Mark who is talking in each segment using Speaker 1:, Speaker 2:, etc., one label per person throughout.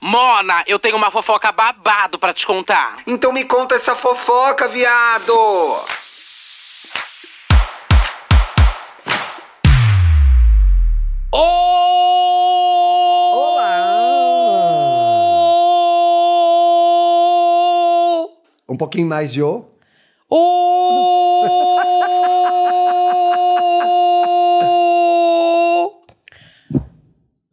Speaker 1: Mona, eu tenho uma fofoca babado pra te contar.
Speaker 2: Então me conta essa fofoca, viado!
Speaker 3: Olá!
Speaker 4: Um pouquinho mais de O.
Speaker 3: O...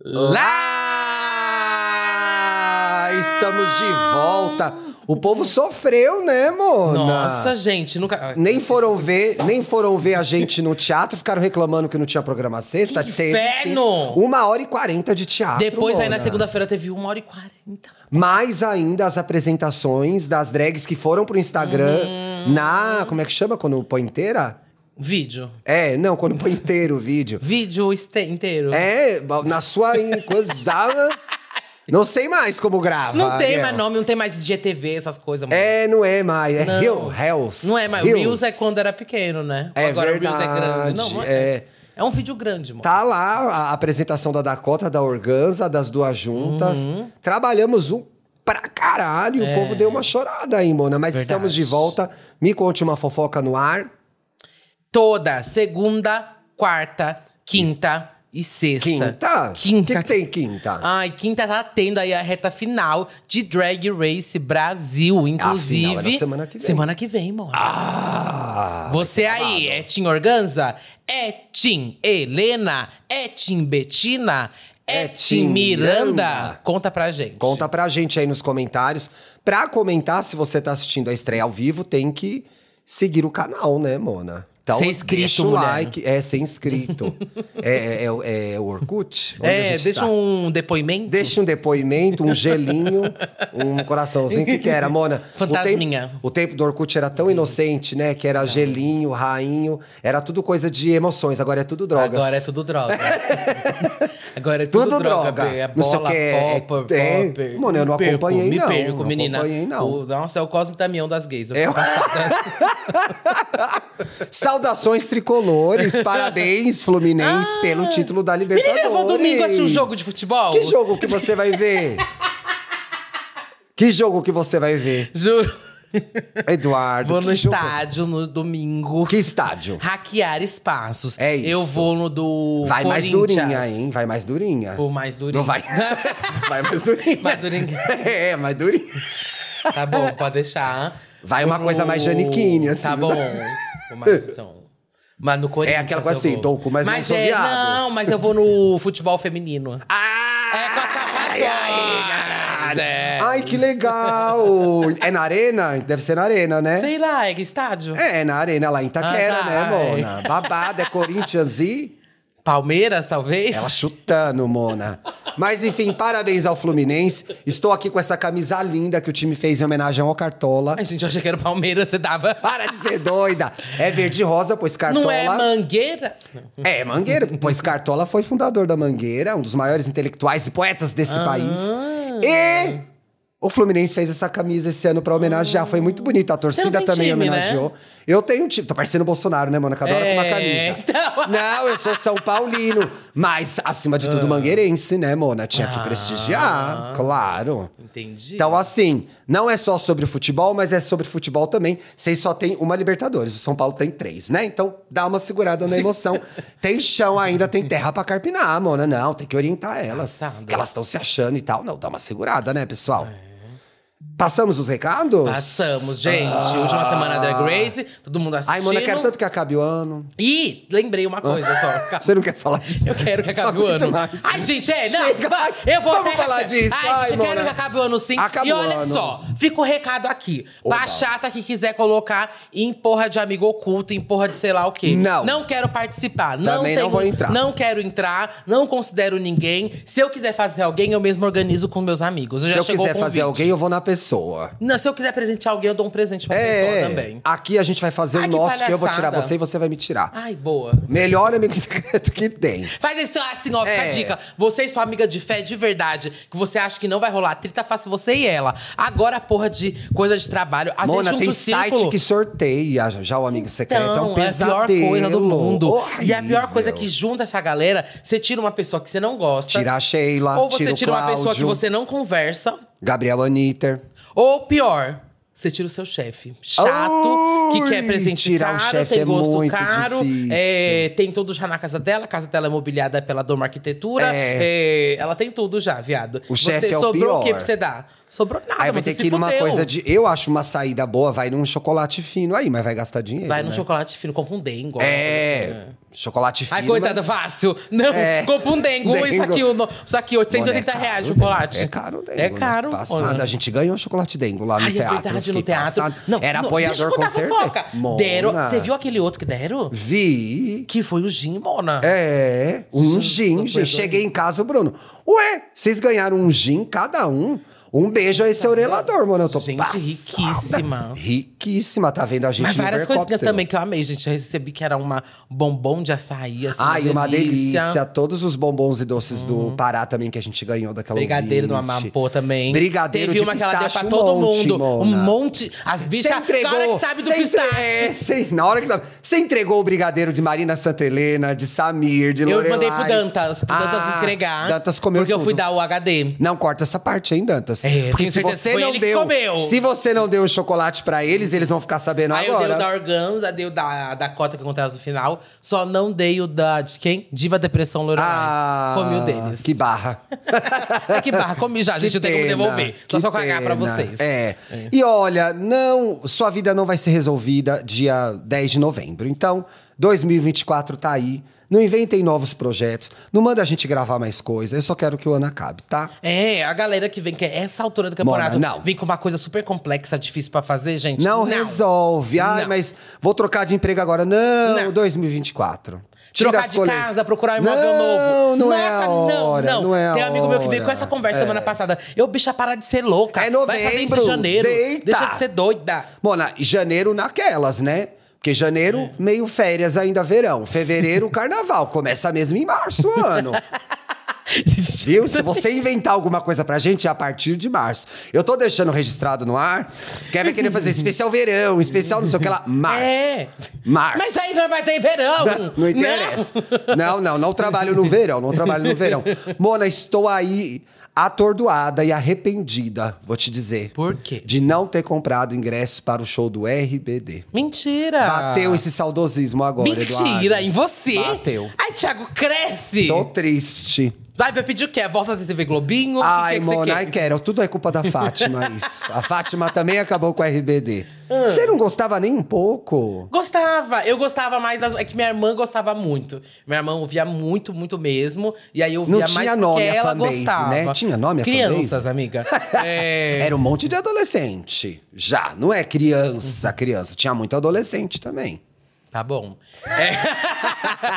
Speaker 3: Lá!
Speaker 4: Ah, estamos de volta. O povo sofreu, né, mona?
Speaker 3: Nossa, gente, nunca.
Speaker 4: Nem foram ver, nem foram ver a gente no teatro, ficaram reclamando que não tinha programa sexta.
Speaker 3: Que
Speaker 4: Teve, sim,
Speaker 3: inferno!
Speaker 4: Uma hora e quarenta de teatro.
Speaker 3: Depois, aí na
Speaker 4: mona.
Speaker 3: segunda-feira, teve uma hora e quarenta.
Speaker 4: Mais ainda as apresentações das drags que foram pro Instagram
Speaker 3: Uhum.
Speaker 4: na. Como é que chama? Quando põe inteira?
Speaker 3: Vídeo.
Speaker 4: É, não, quando põe inteiro o vídeo.
Speaker 3: Vídeo este- inteiro.
Speaker 4: É, na sua. em- coisa- Não sei mais como grava.
Speaker 3: Não tem
Speaker 4: Ariel.
Speaker 3: mais nome, não tem mais GTV, essas coisas. mano.
Speaker 4: É, não é mais. É
Speaker 3: Não.
Speaker 4: Hill, Hells.
Speaker 3: Não é mais. O
Speaker 4: Hills.
Speaker 3: Reels é quando era pequeno, né?
Speaker 4: É
Speaker 3: Agora o Reels é
Speaker 4: verdade,
Speaker 3: grande. Não, não é. é.
Speaker 4: é.
Speaker 3: um vídeo grande, mano.
Speaker 4: Tá lá a apresentação da Dakota, da Organza, das duas juntas.
Speaker 3: Uhum.
Speaker 4: Trabalhamos um pra caralho. O povo deu uma chorada aí, Mona. Mas
Speaker 3: É. Verdade.
Speaker 4: estamos de volta. Me conte uma fofoca no ar.
Speaker 3: Toda segunda, quarta, quinta e sexta.
Speaker 4: Quinta?
Speaker 3: Quinta.
Speaker 4: O que, que tem quinta?
Speaker 3: Ai, quinta tá tendo aí a reta final de Drag Race Brasil, inclusive.
Speaker 4: final é na semana que vem.
Speaker 3: Semana que vem, mano.
Speaker 4: Ah!
Speaker 3: Você aí, é Tim Organza? É Tim Helena? É Tim Betina? É,
Speaker 4: É
Speaker 3: Tim
Speaker 4: Tim
Speaker 3: Miranda?
Speaker 4: Miranda?
Speaker 3: Conta pra gente.
Speaker 4: Conta pra gente aí nos comentários. Pra comentar, se você tá assistindo a estreia ao vivo, tem que seguir o canal, né, Mona? Então,
Speaker 3: Ser inscrito,
Speaker 4: deixa o
Speaker 3: mulher.
Speaker 4: like. É, ser inscrito. é, é, é, é o Orkut? Onde a
Speaker 3: É,
Speaker 4: gente
Speaker 3: deixa
Speaker 4: tá?
Speaker 3: um depoimento.
Speaker 4: Deixa um depoimento, um gelinho, um coraçãozinho. O que, que era, Mona? O
Speaker 3: Fantasminha.
Speaker 4: tempo- O tempo, do Orkut era tão inocente, né? Que era gelinho, rainho. Era tudo coisa de emoções. Agora é tudo drogas.
Speaker 3: Agora é tudo droga. Agora é tudo,
Speaker 4: Tudo
Speaker 3: droga.
Speaker 4: droga.
Speaker 3: Bê. É
Speaker 4: Não sei o
Speaker 3: bola,
Speaker 4: que é,
Speaker 3: popper,
Speaker 4: é,
Speaker 3: popper.
Speaker 4: mano, eu não
Speaker 3: Me perco,
Speaker 4: acompanhei,
Speaker 3: Me
Speaker 4: não,
Speaker 3: perco,
Speaker 4: não
Speaker 3: menina.
Speaker 4: acompanhei, não.
Speaker 3: O, nossa, é o Cosme Damião das gays. Eu
Speaker 4: É.
Speaker 3: fico passada.
Speaker 4: Saudações tricolores, parabéns Fluminense pelo título da Libertadores.
Speaker 3: Ah. Menina, eu vou domingo assistir um jogo de futebol?
Speaker 4: Que jogo que você vai ver? que jogo que você vai ver,
Speaker 3: Juro.
Speaker 4: Eduardo?
Speaker 3: Vou
Speaker 4: que
Speaker 3: no
Speaker 4: jogo?
Speaker 3: estádio no domingo.
Speaker 4: Que estádio?
Speaker 3: Hackear espaços.
Speaker 4: É isso.
Speaker 3: Eu vou no do
Speaker 4: Vai mais
Speaker 3: Corinthians.
Speaker 4: durinha, hein? Vai mais durinha.
Speaker 3: Vou mais Tá durinho.
Speaker 4: Não vai. vai mais durinha.
Speaker 3: Mais durinha.
Speaker 4: É, mais durinha.
Speaker 3: Tá bom, pode deixar.
Speaker 4: Vai uma
Speaker 3: Vou
Speaker 4: coisa mais Janiquine, assim,
Speaker 3: Tá
Speaker 4: né?
Speaker 3: bom. Vou mais, então. Mas no Corinthians.
Speaker 4: É aquela coisa
Speaker 3: eu
Speaker 4: assim,
Speaker 3: vou.
Speaker 4: dou o cu, mas não sou
Speaker 3: é,
Speaker 4: viado.
Speaker 3: Não, mas eu vou no futebol feminino.
Speaker 4: Ah!
Speaker 3: É com a
Speaker 4: Ai, ai,
Speaker 3: sapatona. É.
Speaker 4: Ai, que legal! É na arena? Deve ser na arena, né?
Speaker 3: Sei lá, é que estádio?
Speaker 4: É, na arena lá em Itaquera,
Speaker 3: Ah,
Speaker 4: né,
Speaker 3: vai.
Speaker 4: Mona? Babada, é Corinthians e...
Speaker 3: Palmeiras, talvez?
Speaker 4: Ela chutando, Mona. Mas enfim, parabéns ao Fluminense. Estou aqui com essa camisa linda que o time fez em homenagem ao Cartola.
Speaker 3: Ai, gente, eu achei que era o Palmeiras, você dava.
Speaker 4: Para de ser doida! É verde e rosa, pois Cartola.
Speaker 3: Não é mangueira?
Speaker 4: É, Mangueira, pois Cartola foi fundador da Mangueira, um dos maiores intelectuais e poetas desse
Speaker 3: Ah.
Speaker 4: país. E o Fluminense fez essa camisa esse ano pra homenagear. Foi muito bonito. A torcida
Speaker 3: tem
Speaker 4: também
Speaker 3: time, né?
Speaker 4: homenageou. Eu tenho um time. Tô parecendo o Bolsonaro, né, Mônica? Adora com uma
Speaker 3: É,
Speaker 4: camisa.
Speaker 3: então.
Speaker 4: Não, eu sou São Paulino. Mas, acima de tudo, mangueirense, né, Mona? Tinha que
Speaker 3: Ah.
Speaker 4: prestigiar, claro.
Speaker 3: Entendi.
Speaker 4: Então, assim, não é só sobre futebol, mas é sobre futebol também. Vocês só tem uma Libertadores, o São Paulo tem três, né? Então, dá uma segurada na emoção. tem chão ainda, tem terra pra carpinar, Mona. Não, tem que orientar elas.
Speaker 3: Passada.
Speaker 4: Que elas estão se achando e tal. Não, dá uma segurada, né, pessoal? Passamos os recados?
Speaker 3: É. Passamos, gente. Última semana da Grace, todo mundo assistindo.
Speaker 4: Ah. Ai, Mona, quero tanto que acabe o ano.
Speaker 3: E lembrei uma coisa só.
Speaker 4: Você não quer falar disso?
Speaker 3: Ah. Eu quero que acabe o
Speaker 4: Não aguento
Speaker 3: ano.
Speaker 4: mais.
Speaker 3: Ai, gente, é, não.
Speaker 4: Chega.
Speaker 3: vai, Eu vou
Speaker 4: Vamos
Speaker 3: até-
Speaker 4: falar disso.
Speaker 3: Ai, gente,
Speaker 4: Ai,
Speaker 3: eu quero
Speaker 4: Mona.
Speaker 3: que acabe o ano sim.
Speaker 4: Acabou
Speaker 3: e olha
Speaker 4: o ano.
Speaker 3: só, fica o recado aqui. Pra
Speaker 4: Oba.
Speaker 3: chata que quiser colocar em porra de amigo oculto, em porra de sei lá o quê.
Speaker 4: Não.
Speaker 3: Não quero participar. não,
Speaker 4: Também não
Speaker 3: tenho-
Speaker 4: vou entrar.
Speaker 3: Não quero entrar, não considero ninguém. Se eu quiser fazer alguém, eu mesmo organizo com meus amigos. Já
Speaker 4: Se eu
Speaker 3: chegou o
Speaker 4: quiser fazer
Speaker 3: convite.
Speaker 4: alguém, eu vou na pessoa.
Speaker 3: Não, se eu quiser presentear alguém, eu dou um presente pra
Speaker 4: É,
Speaker 3: pessoa também.
Speaker 4: aqui a gente vai fazer
Speaker 3: Ai,
Speaker 4: o
Speaker 3: que
Speaker 4: nosso, que eu vou tirar
Speaker 3: palhaçada.
Speaker 4: você e você vai me tirar.
Speaker 3: Ai, boa.
Speaker 4: Melhor amigo secreto que tem.
Speaker 3: Faz isso assim, ó, fica
Speaker 4: É.
Speaker 3: a dica. Você e sua amiga de fé de verdade, que você acha que não vai rolar trita, faça você e ela. Agora, a porra de coisa de trabalho. Às
Speaker 4: Mona,
Speaker 3: vezes,
Speaker 4: tem
Speaker 3: junta o
Speaker 4: site
Speaker 3: círculo.
Speaker 4: que sorteia já o amigo secreto. é um
Speaker 3: Então, é a
Speaker 4: pesadelo.
Speaker 3: pior coisa do mundo. E a pior
Speaker 4: Horrível.
Speaker 3: coisa é que junta essa galera, você tira uma pessoa que você não gosta.
Speaker 4: Tira a Sheila,
Speaker 3: Ou você
Speaker 4: tira o
Speaker 3: tira uma pessoa que
Speaker 4: Cláudio.
Speaker 3: você não conversa.
Speaker 4: Gabriel Anitter.
Speaker 3: Ou pior, você tira o seu chefe. Chato,
Speaker 4: Ui,
Speaker 3: que quer presente
Speaker 4: tirar o
Speaker 3: caro,
Speaker 4: chefe é
Speaker 3: tem gosto
Speaker 4: muito
Speaker 3: caro.
Speaker 4: difícil.
Speaker 3: é, tem tudo já na casa dela. A casa dela é mobiliada pela Doma Arquitetura. é, ela tem tudo já, viado.
Speaker 4: O chefe é o
Speaker 3: sobrou
Speaker 4: pior.
Speaker 3: o que pra você dar? Sobrou nada,
Speaker 4: Aí vai
Speaker 3: Ah, você
Speaker 4: ter
Speaker 3: se
Speaker 4: que ir numa
Speaker 3: fudeu.
Speaker 4: coisa de. Eu acho uma saída boa, vai num chocolate fino aí, mas vai gastar dinheiro.
Speaker 3: Vai num
Speaker 4: né?
Speaker 3: chocolate fino, compra um dengo. alguma
Speaker 4: É,
Speaker 3: coisa assim, né?
Speaker 4: chocolate fino.
Speaker 3: Ai, coitado,
Speaker 4: mas-
Speaker 3: fácil. Não,
Speaker 4: É.
Speaker 3: compra um dengo. Isso
Speaker 4: Dengo.
Speaker 3: aqui, o no- isso aqui 880
Speaker 4: Mano, é
Speaker 3: reais
Speaker 4: caro,
Speaker 3: o chocolate.
Speaker 4: É caro o dengo.
Speaker 3: É
Speaker 4: né?
Speaker 3: caro.
Speaker 4: Passada,
Speaker 3: Olha.
Speaker 4: a gente ganhou um chocolate dengo lá no
Speaker 3: Ai,
Speaker 4: teatro.
Speaker 3: é
Speaker 4: eu
Speaker 3: verdade,
Speaker 4: fiquei
Speaker 3: no teatro.
Speaker 4: passado. Era
Speaker 3: não, deixa eu
Speaker 4: apoiador
Speaker 3: contar
Speaker 4: com
Speaker 3: a fofoca.
Speaker 4: certeza. Mona,
Speaker 3: Deram, você viu aquele outro que deram?
Speaker 4: Vi.
Speaker 3: Que foi o Jim, Mona.
Speaker 4: É, um
Speaker 3: Jesus,
Speaker 4: gin,
Speaker 3: tô
Speaker 4: gente.
Speaker 3: perdoando.
Speaker 4: Cheguei em casa, o Bruno. Ué, vocês ganharam um gin cada um? Um beijo a esse orelador, mano. Eu tô
Speaker 3: Gente
Speaker 4: passada.
Speaker 3: riquíssima.
Speaker 4: Riquíssima, tá vendo a gente
Speaker 3: Mas
Speaker 4: no
Speaker 3: várias coisinhas
Speaker 4: Hipercóptero.
Speaker 3: também que eu amei, gente. Eu recebi que era uma bombom de açaí, assim,
Speaker 4: Ai,
Speaker 3: uma Uhum.
Speaker 4: uma delícia. Todos os bombons e doces do Pará também que a gente ganhou daquela
Speaker 3: Brigadeiro do
Speaker 4: ouvinte.
Speaker 3: Amapô também.
Speaker 4: Brigadeiro
Speaker 3: Teve
Speaker 4: de
Speaker 3: uma que ela deu
Speaker 4: pistache,
Speaker 3: pra
Speaker 4: um
Speaker 3: todo
Speaker 4: monte,
Speaker 3: mundo.
Speaker 4: Mona.
Speaker 3: Um monte. As
Speaker 4: Você
Speaker 3: bichas.
Speaker 4: entregou.
Speaker 3: Cara que sabe do
Speaker 4: você entre-
Speaker 3: pistache.
Speaker 4: é, sim, na hora que sabe. Você entregou o brigadeiro de Marina Santa Helena, de Samir, de
Speaker 3: Eu
Speaker 4: Lorelai.
Speaker 3: mandei pro Dantas, pro Dantas
Speaker 4: Ah,
Speaker 3: entregar.
Speaker 4: Dantas comeu
Speaker 3: Porque eu fui
Speaker 4: tudo.
Speaker 3: dar o HD.
Speaker 4: Não corta essa parte, hein, Dantas?
Speaker 3: É, eu
Speaker 4: Porque
Speaker 3: tenho
Speaker 4: se
Speaker 3: certeza
Speaker 4: você
Speaker 3: que foi
Speaker 4: não
Speaker 3: ele que
Speaker 4: deu,
Speaker 3: comeu.
Speaker 4: se você não deu o chocolate pra eles, eles vão ficar sabendo
Speaker 3: Aí eu dei
Speaker 4: agora.
Speaker 3: o da Organza, dei o da, da cota que acontece no final. Só não dei o da. De quem? Diva Depressão Lorelai.
Speaker 4: Ah,
Speaker 3: comi o deles.
Speaker 4: Que barra.
Speaker 3: é que barra, comi já, gente.
Speaker 4: Que
Speaker 3: eu tenho como
Speaker 4: pena,
Speaker 3: devolver. Só
Speaker 4: que
Speaker 3: só cagar pra
Speaker 4: pena.
Speaker 3: vocês.
Speaker 4: É. E olha, não, sua vida não vai ser resolvida dia 10 de novembro. Então, 2024 tá aí. Não inventem novos projetos. Não manda a gente gravar mais coisa. Eu só quero que o ano acabe, tá?
Speaker 3: É, a galera que vem, que é essa altura do
Speaker 4: Mona,
Speaker 3: campeonato,
Speaker 4: não.
Speaker 3: vem com uma coisa super complexa, difícil pra fazer, gente.
Speaker 4: Não, resolve. Ai,
Speaker 3: Não.
Speaker 4: mas vou trocar de emprego agora. Não,
Speaker 3: Não.
Speaker 4: 2024. Tira
Speaker 3: Trocar
Speaker 4: as
Speaker 3: de
Speaker 4: coletas.
Speaker 3: casa, procurar um imóvel
Speaker 4: não,
Speaker 3: novo.
Speaker 4: Não, é
Speaker 3: Nossa,
Speaker 4: a hora,
Speaker 3: não, não.
Speaker 4: é a
Speaker 3: Tem um amigo meu que veio
Speaker 4: hora.
Speaker 3: com essa conversa
Speaker 4: É.
Speaker 3: semana passada. Eu, bicha, para de ser louca.
Speaker 4: É
Speaker 3: Vai fazer isso
Speaker 4: novembro,
Speaker 3: em janeiro.
Speaker 4: deita.
Speaker 3: Deixa de ser doida.
Speaker 4: Mona, janeiro naquelas, né? Porque janeiro,
Speaker 3: É.
Speaker 4: meio férias ainda verão. Fevereiro, carnaval. Começa mesmo em março o ano. Viu? Se você inventar alguma coisa pra gente, é a partir de março. Eu tô deixando registrado no ar. Quer ver querer fazer especial verão, especial não sei o que lá. Março.
Speaker 3: É.
Speaker 4: Março.
Speaker 3: Mas aí não é né? mais nem verão. né?
Speaker 4: Não interessa. Não. não, não, trabalho no verão, não trabalho no verão. Mona, estou aí atordoada e arrependida, vou te dizer.
Speaker 3: Por quê?
Speaker 4: De não ter comprado ingressos para o show do RBD.
Speaker 3: Mentira.
Speaker 4: Bateu esse saudosismo agora,
Speaker 3: Mentira,
Speaker 4: Eduardo.
Speaker 3: em você?
Speaker 4: Bateu.
Speaker 3: Ai, Thiago, cresce.
Speaker 4: Tô triste.
Speaker 3: Vai, vai pedir o quê? A volta da TV Globinho? O que
Speaker 4: Ai,
Speaker 3: que você
Speaker 4: Mona,
Speaker 3: quer?
Speaker 4: ai, quero. Tudo é culpa da Fátima, isso. A Fátima também acabou com o RBD.
Speaker 3: Ah.
Speaker 4: Você não gostava nem um pouco?
Speaker 3: Gostava, eu gostava mais das. É que minha irmã gostava muito. Minha irmã ouvia muito, muito mesmo. E aí eu
Speaker 4: Não
Speaker 3: via
Speaker 4: tinha
Speaker 3: mais
Speaker 4: nome
Speaker 3: porque
Speaker 4: a
Speaker 3: ela
Speaker 4: fanbase,
Speaker 3: gostava.
Speaker 4: né? Tinha nome a
Speaker 3: Crianças,
Speaker 4: fanbase?
Speaker 3: amiga. É,
Speaker 4: Era um monte de adolescente. Já, não é criança, criança. Tinha muito adolescente também.
Speaker 3: Tá bom. É.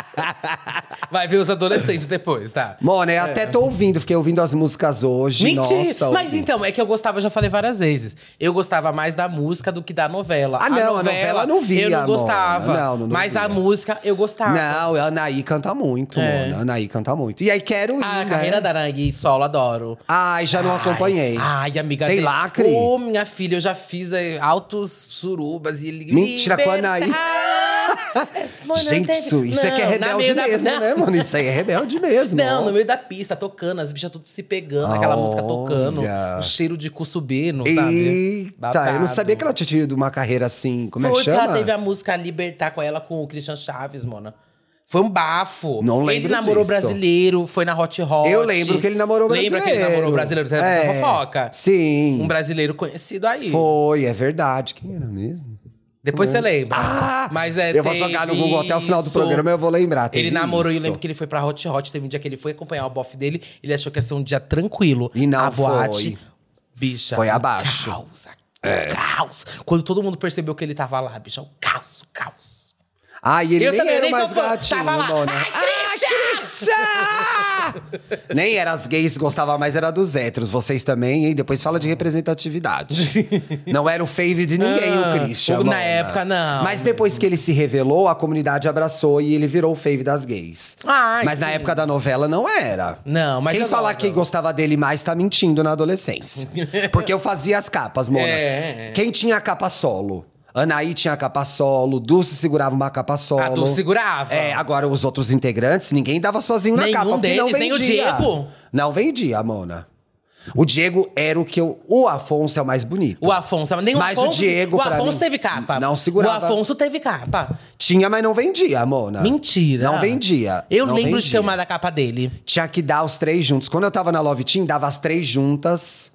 Speaker 3: Vai ver os adolescentes depois, tá?
Speaker 4: Mona, eu até tô ouvindo, fiquei ouvindo as músicas hoje.
Speaker 3: Mentira!
Speaker 4: Nossa,
Speaker 3: Mas
Speaker 4: ouvi.
Speaker 3: então, é que eu gostava, eu já falei várias vezes. Eu gostava mais da música do que da novela.
Speaker 4: Ah, não, a novela não via,
Speaker 3: Eu não
Speaker 4: Mona.
Speaker 3: gostava.
Speaker 4: Não, não, não
Speaker 3: mas
Speaker 4: via.
Speaker 3: a música eu gostava.
Speaker 4: Não, a Anaí canta muito,
Speaker 3: então- É.
Speaker 4: Mona. A Anaí canta muito. E aí quero ir.
Speaker 3: A
Speaker 4: né?
Speaker 3: Ah, carreira da Ah, Arangui Solo, adoro.
Speaker 4: Ai, já não acompanhei.
Speaker 3: Ai, amiga
Speaker 4: Tem
Speaker 3: dele.
Speaker 4: lacre?
Speaker 3: Ô, minha filha, eu já fiz eh, altos surubas e li-
Speaker 4: Mentira, com a
Speaker 3: libertar.
Speaker 4: Anaí.
Speaker 3: Mano,
Speaker 4: Gente,
Speaker 3: não
Speaker 4: isso,
Speaker 3: entendi.
Speaker 4: isso é que
Speaker 3: Não,
Speaker 4: é
Speaker 3: na
Speaker 4: rebelde
Speaker 3: meio da-
Speaker 4: mesmo,
Speaker 3: não.
Speaker 4: né, mano? Isso aí é rebelde mesmo.
Speaker 3: Não, no
Speaker 4: nossa.
Speaker 3: meio da pista, tocando, as bichas tudo se pegando, aquela música tocando,
Speaker 4: Olha.
Speaker 3: o cheiro de cu subindo, sabe?
Speaker 4: Eita, eu não
Speaker 3: Babado.
Speaker 4: sabia que ela tinha tido uma carreira assim, como é
Speaker 3: Foi
Speaker 4: que
Speaker 3: que ela
Speaker 4: chama?
Speaker 3: teve a música Libertar com ela com o Christian Chaves, mona. Foi um bafo.
Speaker 4: Não lembro
Speaker 3: Ele namorou
Speaker 4: disso.
Speaker 3: brasileiro, foi na Hot Hot.
Speaker 4: Eu lembro que ele namorou brasileiro.
Speaker 3: Lembra que ele namorou brasileiro? Teve
Speaker 4: É,
Speaker 3: essa fofoca?
Speaker 4: Sim.
Speaker 3: Um brasileiro conhecido aí.
Speaker 4: Foi, é verdade. Quem era mesmo?
Speaker 3: Depois você lembra.
Speaker 4: Ah!
Speaker 3: Mas é,
Speaker 4: eu vou
Speaker 3: teve
Speaker 4: jogar no Google até o final do
Speaker 3: isso.
Speaker 4: programa e eu vou lembrar.
Speaker 3: Ele
Speaker 4: teve
Speaker 3: namorou e eu
Speaker 4: isso.
Speaker 3: lembro que ele foi pra Hot Hot. Teve um dia que ele foi acompanhar o bofe dele. Ele achou que ia ser um dia tranquilo.
Speaker 4: E não
Speaker 3: a
Speaker 4: foi.
Speaker 3: boate, bicha.
Speaker 4: Foi
Speaker 3: um
Speaker 4: abaixo.
Speaker 3: Caos, um caos. Quando todo mundo percebeu que ele tava lá, bicha, um caos, um caos.
Speaker 4: Ah, e ele
Speaker 3: Eu
Speaker 4: nem
Speaker 3: também,
Speaker 4: era
Speaker 3: nem sou
Speaker 4: mais
Speaker 3: fã.
Speaker 4: gatinho, né?
Speaker 3: Tava lá,
Speaker 4: Mona.
Speaker 3: "Ai,
Speaker 4: Ah, Christian! nem era as gays, gostava mais era dos héteros. Vocês também, hein? Depois fala de representatividade. não era o fave de ninguém,
Speaker 3: Ah,
Speaker 4: o Christian,
Speaker 3: ou na
Speaker 4: Mona.
Speaker 3: época, não.
Speaker 4: Mas depois que ele se revelou, a comunidade abraçou e ele virou o fave das gays.
Speaker 3: Ai,
Speaker 4: mas na
Speaker 3: sim.
Speaker 4: época da novela, não era.
Speaker 3: Não, mas
Speaker 4: Quem
Speaker 3: agora-
Speaker 4: falar que gostava dele mais tá mentindo na adolescência. Porque eu fazia as capas, Mona.
Speaker 3: É, é.
Speaker 4: Quem tinha a capa solo? Anaí tinha a capa solo, Dulce segurava uma capa solo.
Speaker 3: Ah, tu segurava.
Speaker 4: É, agora os outros integrantes, ninguém dava sozinho na
Speaker 3: Nenhum
Speaker 4: capa, porque não
Speaker 3: deles, nem o
Speaker 4: vendia.
Speaker 3: Diego?
Speaker 4: Não vendia, Mona. O Diego era o que eu... O Afonso é o mais bonito.
Speaker 3: O Afonso. Nem o
Speaker 4: Mas o
Speaker 3: Afonso,
Speaker 4: Diego,
Speaker 3: O
Speaker 4: pra
Speaker 3: Afonso
Speaker 4: mim,
Speaker 3: teve capa.
Speaker 4: não segurava.
Speaker 3: O Afonso teve capa.
Speaker 4: Tinha, mas não vendia, Mona.
Speaker 3: Mentira.
Speaker 4: Não vendia.
Speaker 3: Eu
Speaker 4: Não
Speaker 3: lembro de ter
Speaker 4: vendia.
Speaker 3: uma da capa dele.
Speaker 4: Tinha que dar os três juntos. Quando eu tava na Love Team, dava as três juntas.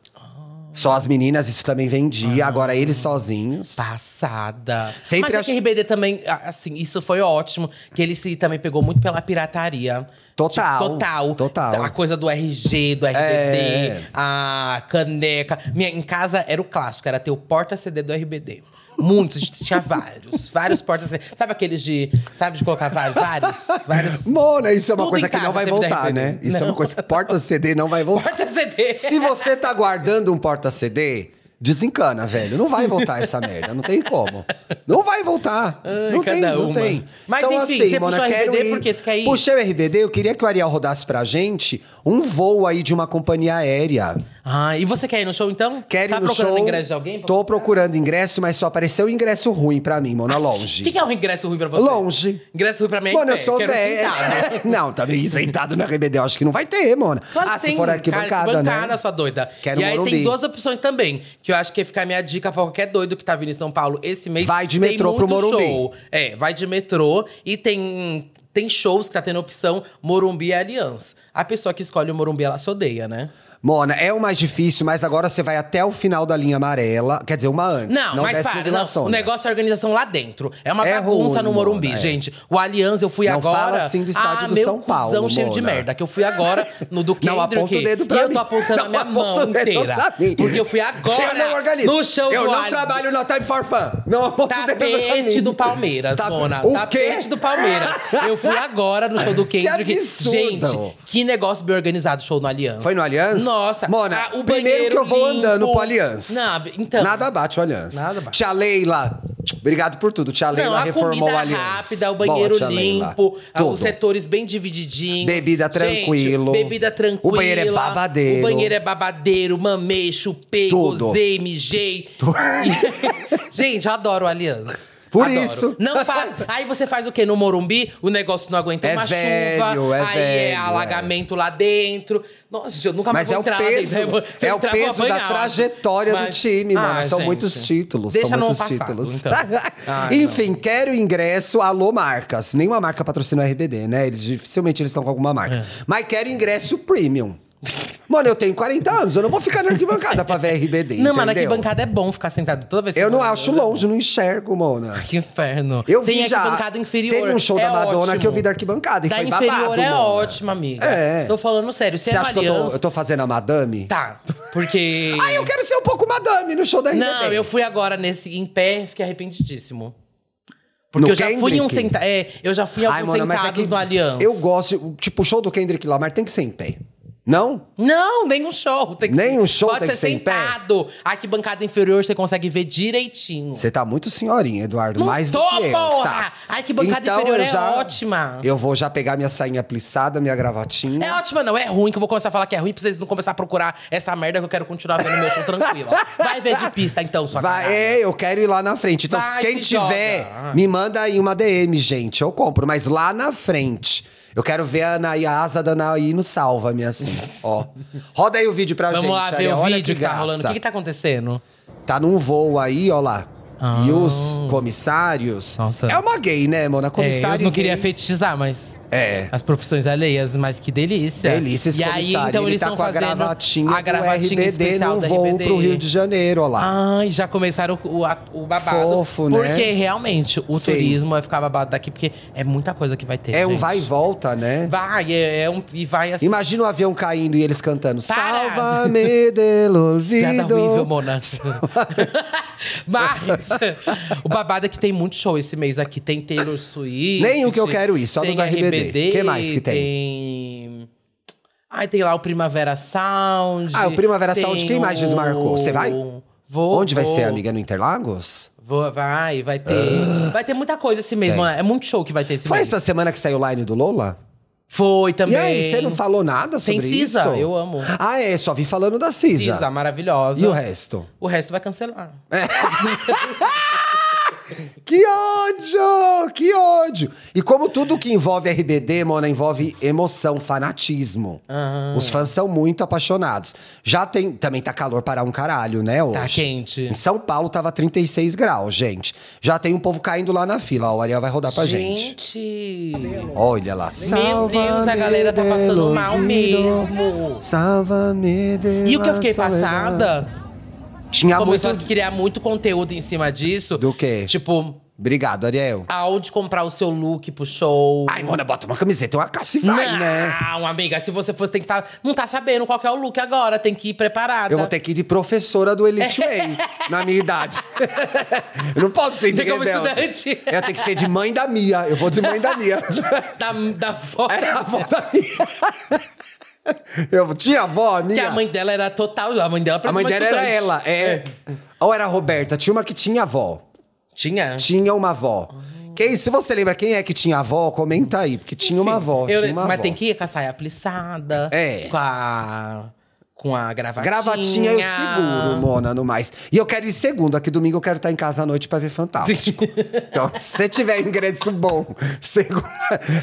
Speaker 4: Só as meninas, isso também vendia.
Speaker 3: Ah.
Speaker 4: Agora eles sozinhos.
Speaker 3: Tá. Passada.
Speaker 4: Sempre
Speaker 3: Mas
Speaker 4: ach-
Speaker 3: é que RBD também, a- assim, isso foi ótimo. Que ele se também pegou muito pela pirataria.
Speaker 4: Total,
Speaker 3: Tipo, total.
Speaker 4: total.
Speaker 3: A coisa do RG, do RBD,
Speaker 4: É.
Speaker 3: a caneca. Minha, em casa era o clássico, era ter o porta-CD do RBD. Muitos, a gente tinha vários. Vários porta-CD. Sabe aqueles de. Sabe de colocar vários? Vários? vários.
Speaker 4: Mona, isso é uma
Speaker 3: Tudo
Speaker 4: coisa
Speaker 3: em
Speaker 4: que
Speaker 3: casa
Speaker 4: não vai
Speaker 3: teve
Speaker 4: voltar,
Speaker 3: DVD.
Speaker 4: né? Isso é uma
Speaker 3: Não.
Speaker 4: coisa que porta-CD não vai voltar.
Speaker 3: Porta-CD.
Speaker 4: Se você tá guardando um porta-CD, desencana, velho. Não vai voltar essa merda. Não tem como. Não vai voltar.
Speaker 3: Ai,
Speaker 4: não tem,
Speaker 3: cada
Speaker 4: não
Speaker 3: uma.
Speaker 4: tem. Então, assim,
Speaker 3: Mas enfim, você puxou o RBD porque você quer ir?
Speaker 4: Puxei o RBD, eu queria que o Ariel rodasse pra gente um voo aí de uma companhia aérea.
Speaker 3: Ah, e você quer ir no show então?
Speaker 4: Quero
Speaker 3: tá
Speaker 4: ir no
Speaker 3: procurando
Speaker 4: show.
Speaker 3: ingresso de alguém?
Speaker 4: Tô procurando ingresso, mas só apareceu um ingresso ruim pra mim, Mona, longe.
Speaker 3: O que, que é um ingresso ruim pra você?
Speaker 4: Longe.
Speaker 3: Ingresso ruim pra mim é em
Speaker 4: Mona, eu
Speaker 3: pé,
Speaker 4: sou
Speaker 3: quero
Speaker 4: velha.
Speaker 3: sentar, né?
Speaker 4: Não, também isentado no RBD, eu acho que não vai ter, Mona.
Speaker 3: Claro
Speaker 4: ah,
Speaker 3: que
Speaker 4: se
Speaker 3: tem
Speaker 4: for arquibancada,
Speaker 3: arquibancada,
Speaker 4: né?
Speaker 3: sua doida.
Speaker 4: Quero
Speaker 3: e aí
Speaker 4: Morumbi.
Speaker 3: tem duas opções também, que eu acho que fica a minha dica pra qualquer doido que tá vindo em São Paulo esse mês.
Speaker 4: Vai de
Speaker 3: tem
Speaker 4: metrô pro
Speaker 3: muito
Speaker 4: Morumbi.
Speaker 3: Show. É, vai de metrô e tem tem shows que tá tendo opção Morumbi e Aliança. A pessoa que escolhe o Morumbi, ela se odeia, né?
Speaker 4: Mona, é o mais difícil, mas agora você vai até o final da linha amarela. Quer dizer, uma antes.
Speaker 3: Não,
Speaker 4: não
Speaker 3: mas
Speaker 4: desce no
Speaker 3: para,
Speaker 4: Vila
Speaker 3: não.
Speaker 4: Sônia.
Speaker 3: o negócio é a organização lá dentro. É uma
Speaker 4: É
Speaker 3: bagunça
Speaker 4: ruim,
Speaker 3: no Morumbi,
Speaker 4: Mona, é.
Speaker 3: gente. O Aliança, eu fui
Speaker 4: Não
Speaker 3: agora...
Speaker 4: fala assim do estádio
Speaker 3: ah,
Speaker 4: do
Speaker 3: meu
Speaker 4: São Paulo,
Speaker 3: cuzão cheio de
Speaker 4: Mona.
Speaker 3: merda, que eu fui agora no do Kendrick.
Speaker 4: Não aponta o dedo pra
Speaker 3: e
Speaker 4: mim.
Speaker 3: eu tô apontando a
Speaker 4: Não
Speaker 3: minha
Speaker 4: aponta
Speaker 3: mão
Speaker 4: o dedo
Speaker 3: inteira.
Speaker 4: pra mim.
Speaker 3: Porque eu fui
Speaker 4: Eu não
Speaker 3: agora
Speaker 4: organizo.
Speaker 3: no show
Speaker 4: Eu
Speaker 3: do
Speaker 4: não
Speaker 3: Ali-
Speaker 4: trabalho na Time for Fun. Não aponta o dedo pra
Speaker 3: Tapete
Speaker 4: mim.
Speaker 3: do Palmeiras,
Speaker 4: Tá-
Speaker 3: Mona.
Speaker 4: O
Speaker 3: Tapete
Speaker 4: quê?
Speaker 3: do Palmeiras. Eu fui agora no show do Kendrick.
Speaker 4: absurdo.
Speaker 3: Gente, que negócio bem organizado o show no Aliança.
Speaker 4: Foi no Aliança?
Speaker 3: Nossa.
Speaker 4: Mona,
Speaker 3: ah, o
Speaker 4: primeiro
Speaker 3: banheiro
Speaker 4: que eu vou
Speaker 3: limpo.
Speaker 4: andando pro Aliança.
Speaker 3: Não, então.
Speaker 4: Nada bate o Aliança.
Speaker 3: Nada bate.
Speaker 4: Tia Leila, obrigado por tudo. Tia Leila
Speaker 3: Não, a
Speaker 4: reformou o
Speaker 3: comida
Speaker 4: Aliança.
Speaker 3: rápida, o
Speaker 4: Boa,
Speaker 3: banheiro
Speaker 4: tia Leila.
Speaker 3: limpo, ah,
Speaker 4: Tudo.
Speaker 3: os setores bem divididinhos.
Speaker 4: Bebida tranquilo.
Speaker 3: Gente, bebida tranquila.
Speaker 4: O banheiro é babadeiro.
Speaker 3: O banheiro é babadeiro, mamei, chupei,
Speaker 4: Tudo.
Speaker 3: gozei, mijei. E- gente, eu adoro o Aliança.
Speaker 4: Por
Speaker 3: Adoro.
Speaker 4: isso.
Speaker 3: Não faz. Aí você faz o quê? No Morumbi, o negócio não aguenta
Speaker 4: É
Speaker 3: uma
Speaker 4: velho,
Speaker 3: chuva.
Speaker 4: é
Speaker 3: aí é
Speaker 4: velho,
Speaker 3: alagamento lá dentro. Nossa, gente, eu nunca mais vou
Speaker 4: Mas é o
Speaker 3: entrar lá
Speaker 4: peso,
Speaker 3: dentro. Eu vou- se eu
Speaker 4: é o
Speaker 3: entrar, eu vou
Speaker 4: peso da
Speaker 3: apanhar.
Speaker 4: trajetória do
Speaker 3: né? Mas-
Speaker 4: time, mano.
Speaker 3: Ah,
Speaker 4: São
Speaker 3: gente.
Speaker 4: muitos títulos,
Speaker 3: Deixa
Speaker 4: são
Speaker 3: no
Speaker 4: muitos
Speaker 3: passado,
Speaker 4: títulos.
Speaker 3: então. Ai, não.
Speaker 4: Enfim, quero ingresso, alô marcas. Nenhuma marca patrocina o RBD, né? Eles dificilmente eles estão com alguma
Speaker 3: É.
Speaker 4: marca. Mas quero ingresso premium. Mano, eu tenho 40 anos, eu não vou ficar na arquibancada pra ver RBD,
Speaker 3: Não, mano,
Speaker 4: entendeu?
Speaker 3: arquibancada é bom ficar sentado toda vez que
Speaker 4: Eu não
Speaker 3: vai.
Speaker 4: acho longe, não enxergo, Mona.
Speaker 3: Que inferno.
Speaker 4: Eu
Speaker 3: Tem
Speaker 4: vi já.
Speaker 3: arquibancada inferior.
Speaker 4: Teve um show
Speaker 3: é
Speaker 4: da Madonna
Speaker 3: ótimo.
Speaker 4: que eu vi da arquibancada e
Speaker 3: da
Speaker 4: foi
Speaker 3: inferior
Speaker 4: babado,
Speaker 3: é
Speaker 4: Mona.
Speaker 3: ótimo, amiga.
Speaker 4: É.
Speaker 3: Tô falando sério. Se
Speaker 4: Você
Speaker 3: é
Speaker 4: acha que eu tô,
Speaker 3: aliança...
Speaker 4: eu tô fazendo a madame?
Speaker 3: Tá, porque...
Speaker 4: Ah, eu quero ser um pouco madame no show da RBD.
Speaker 3: Não, eu fui agora nesse em pé fiquei arrependidíssimo. Porque
Speaker 4: No
Speaker 3: eu já fui em um
Speaker 4: Kendrick?
Speaker 3: sentado... É, eu já fui em alguns
Speaker 4: mano, mas é
Speaker 3: sentados
Speaker 4: que
Speaker 3: no Aliança.
Speaker 4: Eu gosto, de- tipo, o show do Kendrick Lamar tem que ser em pé. Não?
Speaker 3: Não, nenhum show. Tem que
Speaker 4: Nem
Speaker 3: ser-
Speaker 4: um show
Speaker 3: Pode
Speaker 4: tem
Speaker 3: ser
Speaker 4: que ser em pé?
Speaker 3: sentado. Arquibancada inferior você consegue ver direitinho.
Speaker 4: Você tá muito senhorinha, Eduardo.
Speaker 3: Não
Speaker 4: mais
Speaker 3: tô,
Speaker 4: do que eu.
Speaker 3: porra!
Speaker 4: Tá.
Speaker 3: Ai, que bancada
Speaker 4: então,
Speaker 3: inferior
Speaker 4: eu
Speaker 3: é
Speaker 4: já,
Speaker 3: ótima.
Speaker 4: Eu vou já pegar minha sainha plissada, minha gravatinha.
Speaker 3: É ótima, não. É ruim que eu vou começar a falar que é ruim pra vocês não começar a procurar essa merda que eu quero continuar vendo meu show tranquila. Vai ver de pista, então, sua
Speaker 4: Vai,
Speaker 3: caralho.
Speaker 4: é, eu quero ir lá na frente. Então,
Speaker 3: Vai,
Speaker 4: quem
Speaker 3: se
Speaker 4: tiver,
Speaker 3: joga.
Speaker 4: me manda aí uma DM, gente. Eu compro, mas lá na frente. Eu quero ver a, Anaí, a asa da Anaí no salva-me, assim. Ó. Roda aí o vídeo pra
Speaker 3: Vamos
Speaker 4: gente.
Speaker 3: lá ver
Speaker 4: Ariel.
Speaker 3: o
Speaker 4: Olha
Speaker 3: vídeo que, tá
Speaker 4: graça.
Speaker 3: rolando. O que, que tá acontecendo?
Speaker 4: tá num voo aí, ó lá. E os comissários.
Speaker 3: Nossa.
Speaker 4: É uma gay, né, Mona?
Speaker 3: Ah. É, eu
Speaker 4: Comissário.
Speaker 3: É, não queria
Speaker 4: gay.
Speaker 3: fetichizar, mas.
Speaker 4: É.
Speaker 3: As profissões alheias, mas que delícia.
Speaker 4: Delícia esse
Speaker 3: E aí,
Speaker 4: comissário.
Speaker 3: então,
Speaker 4: ele
Speaker 3: eles
Speaker 4: tá
Speaker 3: estão
Speaker 4: com a
Speaker 3: fazendo
Speaker 4: gravatinha,
Speaker 3: a gravatinha
Speaker 4: do RBD
Speaker 3: especial
Speaker 4: num
Speaker 3: da
Speaker 4: voo
Speaker 3: RBD.
Speaker 4: pro Rio de Janeiro, ó lá.
Speaker 3: Ai, já começaram o, a- o babado.
Speaker 4: Fofo, né?
Speaker 3: Porque realmente o
Speaker 4: Sim.
Speaker 3: turismo vai ficar babado daqui, porque é muita coisa que vai ter.
Speaker 4: é um
Speaker 3: gente.
Speaker 4: vai e volta, né?
Speaker 3: Vai, é, é um. E vai assim.
Speaker 4: Imagina o avião caindo e eles cantando
Speaker 3: Para!
Speaker 4: Salva-me
Speaker 3: Piada
Speaker 4: del um
Speaker 3: horrível,
Speaker 4: olvido.
Speaker 3: Mona. Mas o babado é que tem muito show esse mês aqui. Tem Taylor Swift.
Speaker 4: Nenhum que eu quero ir, só do
Speaker 3: tem
Speaker 4: da RBD. Que mais que tem?
Speaker 3: Tem... Ai, tem lá o Primavera Sound.
Speaker 4: Ah, o Primavera
Speaker 3: tem
Speaker 4: Sound, quem mais desmarcou? Você vai?
Speaker 3: Vou.
Speaker 4: Onde vai
Speaker 3: vou.
Speaker 4: ser, amiga? No Interlagos?
Speaker 3: Vou, vai, vai ter. Vai ter muita coisa esse mês,
Speaker 4: Tem.
Speaker 3: mano. É muito show que vai ter esse
Speaker 4: Foi
Speaker 3: mês.
Speaker 4: essa semana que saiu o line do Lola?
Speaker 3: Foi também.
Speaker 4: E aí, você não falou nada sobre
Speaker 3: Tem Cisa,
Speaker 4: isso?
Speaker 3: eu amo.
Speaker 4: Ah, é, só vi falando da Cisa.
Speaker 3: Cisa, maravilhosa.
Speaker 4: E o resto?
Speaker 3: O resto vai cancelar.
Speaker 4: Que ódio! Que ódio! E como tudo que envolve RBD, Mona, envolve emoção, fanatismo.
Speaker 3: Ah.
Speaker 4: Os fãs são muito apaixonados. Já tem. Também tá calor para um caralho, né? Hoje.
Speaker 3: Tá quente.
Speaker 4: Em São Paulo tava 36 graus, gente. Já tem um povo caindo lá na fila. Ó, o Ariel vai rodar pra gente.
Speaker 3: gente.
Speaker 4: Olha lá.
Speaker 3: Meu Deus, a galera tá
Speaker 4: é
Speaker 3: passando mal mesmo.
Speaker 4: Salva-me de
Speaker 3: E o que eu fiquei
Speaker 4: la soledad.
Speaker 3: passada,
Speaker 4: Tinha
Speaker 3: começou a
Speaker 4: é Tá muito...
Speaker 3: se criar muito conteúdo em cima disso.
Speaker 4: Do quê?
Speaker 3: Tipo,
Speaker 4: Obrigado, Ariel.
Speaker 3: aonde comprar o seu look pro show.
Speaker 4: Ai, Mona, bota uma camiseta, uma calça e vai,
Speaker 3: não,
Speaker 4: né?
Speaker 3: amiga, se você fosse, tem que estar. não tá sabendo qual que é o look agora, tem que ir preparada.
Speaker 4: Eu vou ter que ir de professora do Elite Way, na minha idade. eu não posso ser de
Speaker 3: Tem como
Speaker 4: rebelde.
Speaker 3: estudante.
Speaker 4: Eu tenho que ser de mãe da Mia. Eu vou de mãe da Mia.
Speaker 3: Da, da foto.
Speaker 4: Era É, a avó da Mia. Eu tinha a avó, a
Speaker 3: Que
Speaker 4: Mia.
Speaker 3: a mãe dela era total. A mãe dela
Speaker 4: A
Speaker 3: parecia
Speaker 4: mãe
Speaker 3: uma
Speaker 4: dela era
Speaker 3: estudante.
Speaker 4: ela, é. Ou era a Roberta. Tinha uma que tinha avó.
Speaker 3: Tinha?
Speaker 4: Tinha uma avó.
Speaker 3: Ah.
Speaker 4: Quem, se você lembra quem é que tinha avó, comenta aí. Porque tinha uma avó,
Speaker 3: Eu-
Speaker 4: tinha uma
Speaker 3: mas
Speaker 4: avó.
Speaker 3: tem que ir com a saia plissada.
Speaker 4: É.
Speaker 3: Com a. Com a gravatinha.
Speaker 4: Gravatinha eu seguro, Mona, no mais. E eu quero ir segunda, que domingo eu quero estar em casa à noite pra ver Fantástico. então, se você tiver ingresso bom, segunda.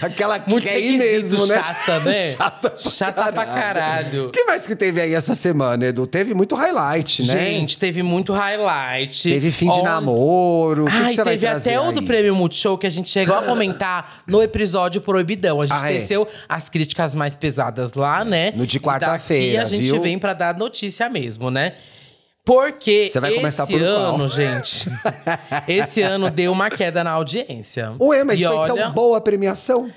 Speaker 4: Aquela que
Speaker 3: Muito
Speaker 4: quer ir mesmo, né?
Speaker 3: chata, né?
Speaker 4: Chata pra
Speaker 3: Chata pra
Speaker 4: O
Speaker 3: caralho.
Speaker 4: que mais que teve aí essa semana, Edu? Teve muito highlight, né?
Speaker 3: Gente, teve muito highlight.
Speaker 4: Teve fim de
Speaker 3: Olha-
Speaker 4: namoro. O que,
Speaker 3: Ai,
Speaker 4: que você vai
Speaker 3: teve
Speaker 4: trazer
Speaker 3: até o do
Speaker 4: aí?
Speaker 3: Prêmio Multishow que a gente chegou a comentar no episódio Proibidão. A gente
Speaker 4: Ah, é?
Speaker 3: teceu as críticas mais pesadas lá, né?
Speaker 4: No de
Speaker 3: E
Speaker 4: quarta-feira,
Speaker 3: daqui a gente
Speaker 4: viu?
Speaker 3: vem pra dar notícia mesmo, né? Porque
Speaker 4: Você vai começar
Speaker 3: esse
Speaker 4: por qual?
Speaker 3: ano, gente, esse ano deu uma queda na audiência.
Speaker 4: Ué, mas
Speaker 3: e
Speaker 4: foi
Speaker 3: olha,
Speaker 4: tão boa a premiação.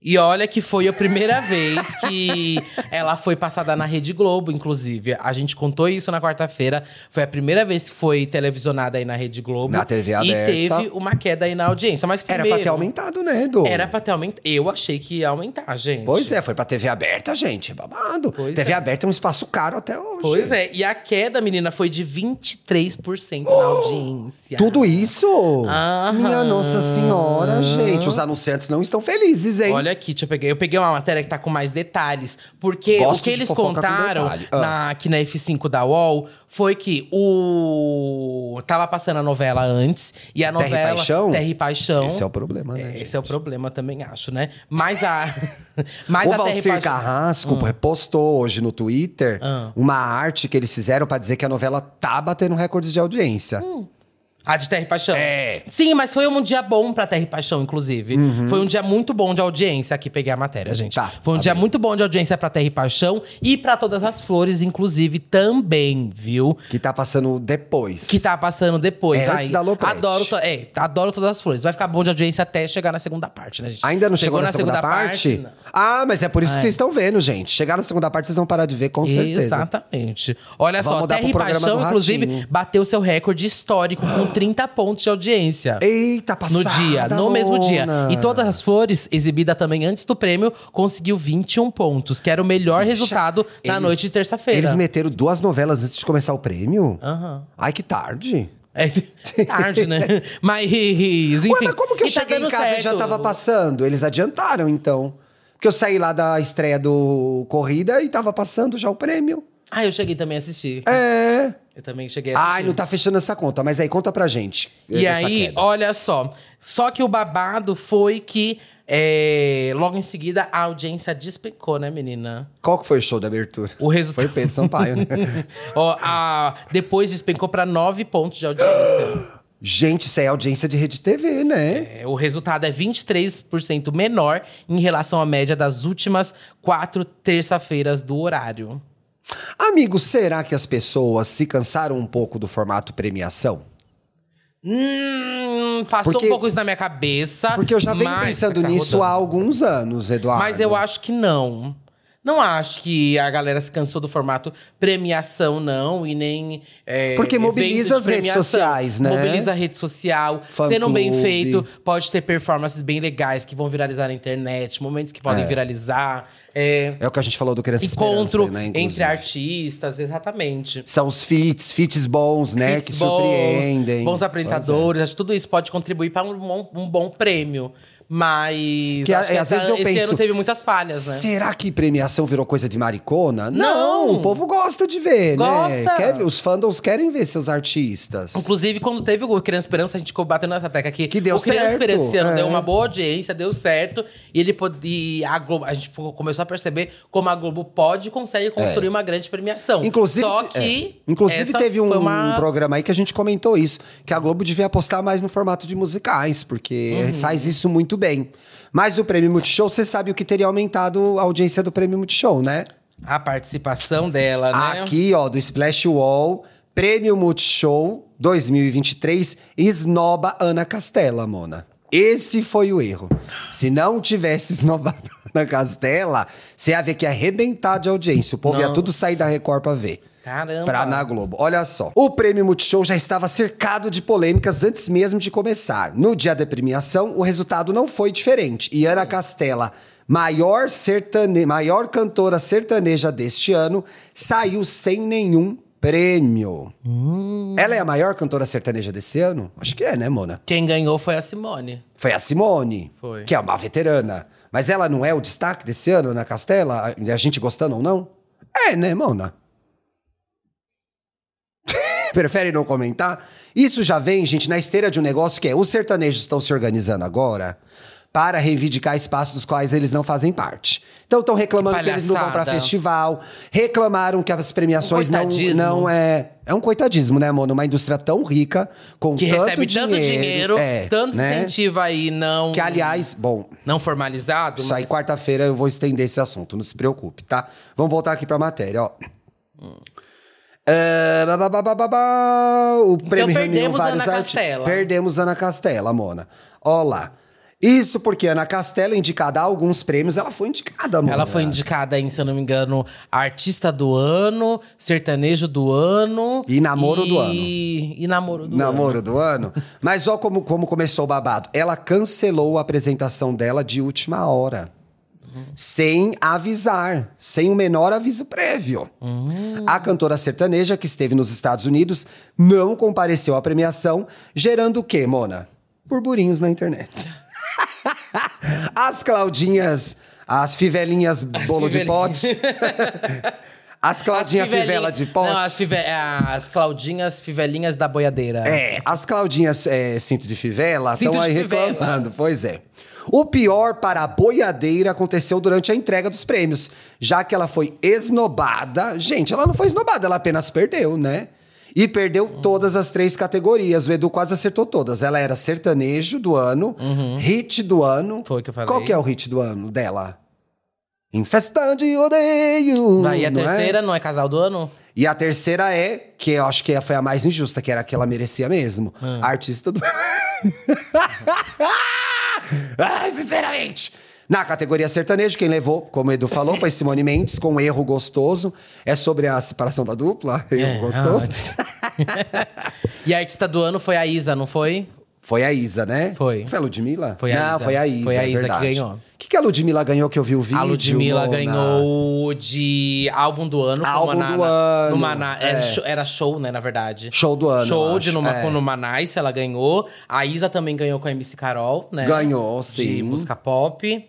Speaker 3: E olha que foi a primeira vez que ela foi passada na Rede Globo, inclusive. A gente contou isso na quarta-feira. Foi a primeira vez que foi televisionada aí na Rede Globo.
Speaker 4: Na TV aberta.
Speaker 3: E teve uma queda aí na audiência. Mas
Speaker 4: Era
Speaker 3: primeiro,
Speaker 4: pra ter aumentado, né, Edu?
Speaker 3: Era pra ter aumentado. Eu achei que ia aumentar, gente.
Speaker 4: Pois é, foi pra TV aberta, gente. É babado.
Speaker 3: Pois
Speaker 4: TV
Speaker 3: é.
Speaker 4: aberta é um espaço caro até hoje.
Speaker 3: Pois é. E a queda, menina, foi de 23% na audiência.
Speaker 4: Oh! Tudo isso?
Speaker 3: Aham.
Speaker 4: Minha Nossa Senhora, gente. Os anunciantes não estão felizes, hein?
Speaker 3: Olha aqui, deixa eu pegar. Eu peguei uma matéria que tá com mais detalhes. Porque
Speaker 4: Gosto
Speaker 3: o que
Speaker 4: de
Speaker 3: eles
Speaker 4: fofoca com
Speaker 3: contaram
Speaker 4: detalhe. Ah.
Speaker 3: na- aqui na F5 da UOL foi que o. Tava passando a novela antes e a
Speaker 4: Terra e
Speaker 3: novela.
Speaker 4: Paixão?
Speaker 3: Terra e Paixão.
Speaker 4: Esse é o problema, né?
Speaker 3: Esse
Speaker 4: gente?
Speaker 3: então, é o problema também, acho, né? Mas a. Mas
Speaker 4: O
Speaker 3: a Terra e
Speaker 4: Valcir
Speaker 3: Paixão.
Speaker 4: Carrasco
Speaker 3: Hum.
Speaker 4: postou hoje no Twitter
Speaker 3: Ah.
Speaker 4: uma arte que eles fizeram pra dizer que a novela tá batendo recordes de audiência.
Speaker 3: Hum. A de Terra e Paixão?
Speaker 4: É.
Speaker 3: Sim, mas foi um dia bom pra Terra e Paixão, inclusive. Foi um dia muito bom de audiência. Aqui peguei a matéria, gente.
Speaker 4: Uhum. Tá,
Speaker 3: foi um
Speaker 4: tá
Speaker 3: dia
Speaker 4: bem.
Speaker 3: muito bom de audiência pra Terra e Paixão e pra Todas as Flores, inclusive, também, viu?
Speaker 4: Que tá passando depois.
Speaker 3: Que tá passando depois.
Speaker 4: É,
Speaker 3: aí.
Speaker 4: antes da Loprete.
Speaker 3: Adoro, to- é, adoro todas as flores. Vai ficar bom de audiência até chegar na segunda parte, né, gente?
Speaker 4: Ainda não chegou, na, segunda, parte?
Speaker 3: não.
Speaker 4: Ah, mas é por isso que vocês estão vendo, gente. Chegar na segunda parte, vocês vão parar de ver, com certeza.
Speaker 3: Exatamente. Olha
Speaker 4: Vamos
Speaker 3: só,
Speaker 4: mudar
Speaker 3: Terra
Speaker 4: pro
Speaker 3: e
Speaker 4: programa
Speaker 3: Paixão,
Speaker 4: do
Speaker 3: inclusive,
Speaker 4: Ratinho.
Speaker 3: bateu seu recorde histórico com 30 pontos de audiência.
Speaker 4: Eita,
Speaker 3: No
Speaker 4: passada,
Speaker 3: dia, no mesmo dia.
Speaker 4: Mona.
Speaker 3: E Todas as Flores, exibida também antes do prêmio, conseguiu 21 pontos, que era o melhor resultado na
Speaker 4: ele-
Speaker 3: noite de terça-feira.
Speaker 4: Eles meteram duas novelas antes de começar o prêmio?
Speaker 3: Aham.
Speaker 4: Ai, que tarde.
Speaker 3: É tarde, né? Mas, enfim.
Speaker 4: Ué, mas como que eu
Speaker 3: e tá
Speaker 4: cheguei em
Speaker 3: dando
Speaker 4: casa e já
Speaker 3: certo.
Speaker 4: tava passando? Eles adiantaram, então. Porque eu saí lá da estreia do Corrida e tava passando já o prêmio.
Speaker 3: Ah, eu cheguei também a assistir.
Speaker 4: É.
Speaker 3: Eu também cheguei a
Speaker 4: Ai,
Speaker 3: assistir.
Speaker 4: não tá fechando essa conta. Mas aí, conta pra gente.
Speaker 3: E
Speaker 4: dessa
Speaker 3: aí,
Speaker 4: queda.
Speaker 3: olha só. Só que o babado foi que é, logo em seguida a audiência despencou, né, menina?
Speaker 4: Qual que foi o show da abertura?
Speaker 3: O
Speaker 4: Foi
Speaker 3: resultado.
Speaker 4: o Pedro Sampaio, né?
Speaker 3: Ó, a- depois despencou pra 9 pontos de audiência.
Speaker 4: Gente, isso aí é audiência de rede TV, né?
Speaker 3: É, O resultado é 23% menor em relação à média das últimas quatro terça-feiras do horário.
Speaker 4: Amigo, será que as pessoas se cansaram um pouco do formato premiação?
Speaker 3: Hum, passou
Speaker 4: Porque-
Speaker 3: um pouco isso na minha cabeça.
Speaker 4: Porque eu já venho
Speaker 3: mas-
Speaker 4: pensando
Speaker 3: Tá
Speaker 4: nisso
Speaker 3: rodando.
Speaker 4: há alguns anos, Eduardo.
Speaker 3: Mas eu acho que não. Não acho que a galera se cansou do formato premiação, não, e nem. é,
Speaker 4: Porque
Speaker 3: evento de
Speaker 4: mobiliza as redes
Speaker 3: premiação.
Speaker 4: sociais, né?
Speaker 3: Mobiliza a rede social.
Speaker 4: Fã
Speaker 3: sendo bem
Speaker 4: clube.
Speaker 3: feito, pode ter performances bem legais que vão viralizar na internet, momentos que podem
Speaker 4: É.
Speaker 3: viralizar. é,
Speaker 4: É o que a gente falou do Criança
Speaker 3: encontro
Speaker 4: Esperança, né,
Speaker 3: entre
Speaker 4: inclusive.
Speaker 3: artistas, exatamente.
Speaker 4: São os feats, feats bons, né?
Speaker 3: Hits
Speaker 4: que
Speaker 3: bons,
Speaker 4: surpreendem. é.
Speaker 3: Bons apresentadores, acho que tudo isso pode contribuir para um, bom- um bom prêmio. Mas
Speaker 4: Que,
Speaker 3: acho que
Speaker 4: às
Speaker 3: essa-
Speaker 4: vezes eu
Speaker 3: esse
Speaker 4: penso,
Speaker 3: ano teve muitas falhas, né?
Speaker 4: Será que premiação virou coisa de maricona? Não,
Speaker 3: Não.
Speaker 4: o povo gosta de ver, né?
Speaker 3: Gosta.
Speaker 4: Quer ver- os fandoms querem ver seus artistas.
Speaker 3: Inclusive, quando teve o Criança Esperança, a gente ficou batendo nessa tecla aqui.
Speaker 4: Que deu
Speaker 3: o Criança
Speaker 4: certo,
Speaker 3: Esperança esse ano
Speaker 4: é.
Speaker 3: deu uma boa audiência, deu certo. E ele pode. A, Globo- a gente começou a perceber como a Globo pode e consegue construir uma grande premiação.
Speaker 4: É. Inclusive,
Speaker 3: Só
Speaker 4: é.
Speaker 3: que.
Speaker 4: inclusive
Speaker 3: essa
Speaker 4: teve um,
Speaker 3: foi uma-
Speaker 4: programa aí que a gente comentou isso, que a Globo devia apostar mais no formato de musicais,
Speaker 3: Uhum.
Speaker 4: porque faz isso muito bem. Mas o Prêmio Multishow, você sabe o que teria aumentado a audiência do Prêmio Multishow, né?
Speaker 3: A participação dela, né?
Speaker 4: Aqui, ó, do Splash Wall, Prêmio Multishow 2023, esnoba Ana Castela, Mona. Esse foi o erro. Se não tivesse esnobado Ana Castela, você ia ver que ia arrebentar de audiência. O povo ia
Speaker 3: Nossa.
Speaker 4: tudo sair da Record pra ver.
Speaker 3: Caramba.
Speaker 4: Pra na Globo. Olha só. O prêmio Multishow já estava cercado de polêmicas antes mesmo de começar. No dia da premiação, o resultado não foi diferente. E Ana Castela, maior, sertane... maior cantora sertaneja deste ano, saiu sem nenhum prêmio. Ela é a maior cantora sertaneja desse ano? Acho que é, né, Mona?
Speaker 3: Quem ganhou foi a Simone.
Speaker 4: Foi a Simone,
Speaker 3: Foi.
Speaker 4: que é uma veterana. Mas ela não é o destaque desse ano, Ana Castela? A- A gente gostando ou não? É, né, Mona? Prefere não comentar? Isso já vem, gente, na esteira de um negócio que é os sertanejos estão se organizando agora para reivindicar espaços dos quais eles não fazem parte. Então estão reclamando que,
Speaker 3: Que
Speaker 4: eles não vão para
Speaker 3: palhaçada.
Speaker 4: festival, reclamaram que as premiações não,
Speaker 3: coitadismo.
Speaker 4: não é. É um coitadismo, né, Mona? Uma indústria tão rica, com
Speaker 3: Que
Speaker 4: tanto
Speaker 3: recebe
Speaker 4: dinheiro,
Speaker 3: tanto dinheiro,
Speaker 4: é,
Speaker 3: tanto
Speaker 4: né?
Speaker 3: incentivo aí não,
Speaker 4: Que, aliás, bom,
Speaker 3: não formalizado.
Speaker 4: isso aí
Speaker 3: mas-
Speaker 4: quarta-feira eu vou estender esse assunto, não se preocupe, tá? Vamos voltar aqui pra matéria, ó. É, ba, ba, ba, ba, ba, ba. o
Speaker 3: Então
Speaker 4: prêmio reuniu
Speaker 3: perdemos
Speaker 4: vários
Speaker 3: Ana
Speaker 4: arti-
Speaker 3: Castela.
Speaker 4: Perdemos Ana Castela, Mona. Ó lá. Isso porque Ana Castela, indicada a alguns prêmios, ela foi indicada, Mona.
Speaker 3: Ela foi indicada em, se eu não me engano, artista do ano, sertanejo do ano.
Speaker 4: E namoro do ano.
Speaker 3: E namoro do ano.
Speaker 4: Namoro do ano. Mas ó como, como começou o babado. Ela cancelou a apresentação dela de última hora. Sem avisar, sem o menor aviso prévio.
Speaker 3: Hum.
Speaker 4: A cantora sertaneja, que esteve nos Estados Unidos, não compareceu à premiação, gerando o quê, Mona? Burburinhos na internet. As Claudinhas, as fivelinhas bolo de
Speaker 3: fivelinhas.
Speaker 4: pote. As Claudinha
Speaker 3: As fivelinha-
Speaker 4: fivela de pote.
Speaker 3: Não, as, five... é, as Claudinhas Fivelinhas da Boiadeira.
Speaker 4: É, as Claudinhas é, Cinto de Fivela
Speaker 3: Cinto
Speaker 4: estão
Speaker 3: de
Speaker 4: aí
Speaker 3: fivela.
Speaker 4: reclamando, pois é. O pior para a boiadeira aconteceu durante a entrega dos prêmios, já que ela foi esnobada. Gente, ela não foi esnobada, ela apenas perdeu, né? E perdeu
Speaker 3: Hum.
Speaker 4: todas as três categorias. O Edu quase acertou todas. Ela era sertanejo do ano, hit do ano.
Speaker 3: Uhum. Foi o que eu falei.
Speaker 4: Qual que é o hit do ano dela? Em festa de odeio.
Speaker 3: Vai, e a
Speaker 4: não é?
Speaker 3: terceira não é casal do ano?
Speaker 4: E a terceira é, que eu acho que foi a mais injusta, que era a que ela merecia mesmo. Artista do. ah, sinceramente! Na categoria sertanejo, quem levou, como o Edu falou, foi Simone Mendes, com um erro gostoso. É sobre a separação da dupla, erro
Speaker 3: É,
Speaker 4: gostoso.
Speaker 3: E a artista do ano foi a Isa, não foi?
Speaker 4: Foi a Isa, né?
Speaker 3: Foi.
Speaker 4: Foi a Ludmilla?
Speaker 3: Foi a
Speaker 4: Não,
Speaker 3: Isa.
Speaker 4: foi a Isa.
Speaker 3: Foi a
Speaker 4: é
Speaker 3: Isa que
Speaker 4: verdade.
Speaker 3: ganhou.
Speaker 4: O que, que a Ludmilla ganhou que eu vi o vídeo?
Speaker 3: a Ludmilla
Speaker 4: Mona?
Speaker 3: ganhou de álbum do ano. com
Speaker 4: Álbum
Speaker 3: Maná-
Speaker 4: do ano,
Speaker 3: no Maná-
Speaker 4: é.
Speaker 3: era, show, era show, né, na verdade.
Speaker 4: Show do ano, eu
Speaker 3: Show
Speaker 4: acho,
Speaker 3: de Numa,
Speaker 4: é.
Speaker 3: com Numa Nice, ela ganhou. A Isa também ganhou com a MC Carol, né?
Speaker 4: Ganhou,
Speaker 3: De
Speaker 4: sim.
Speaker 3: música pop.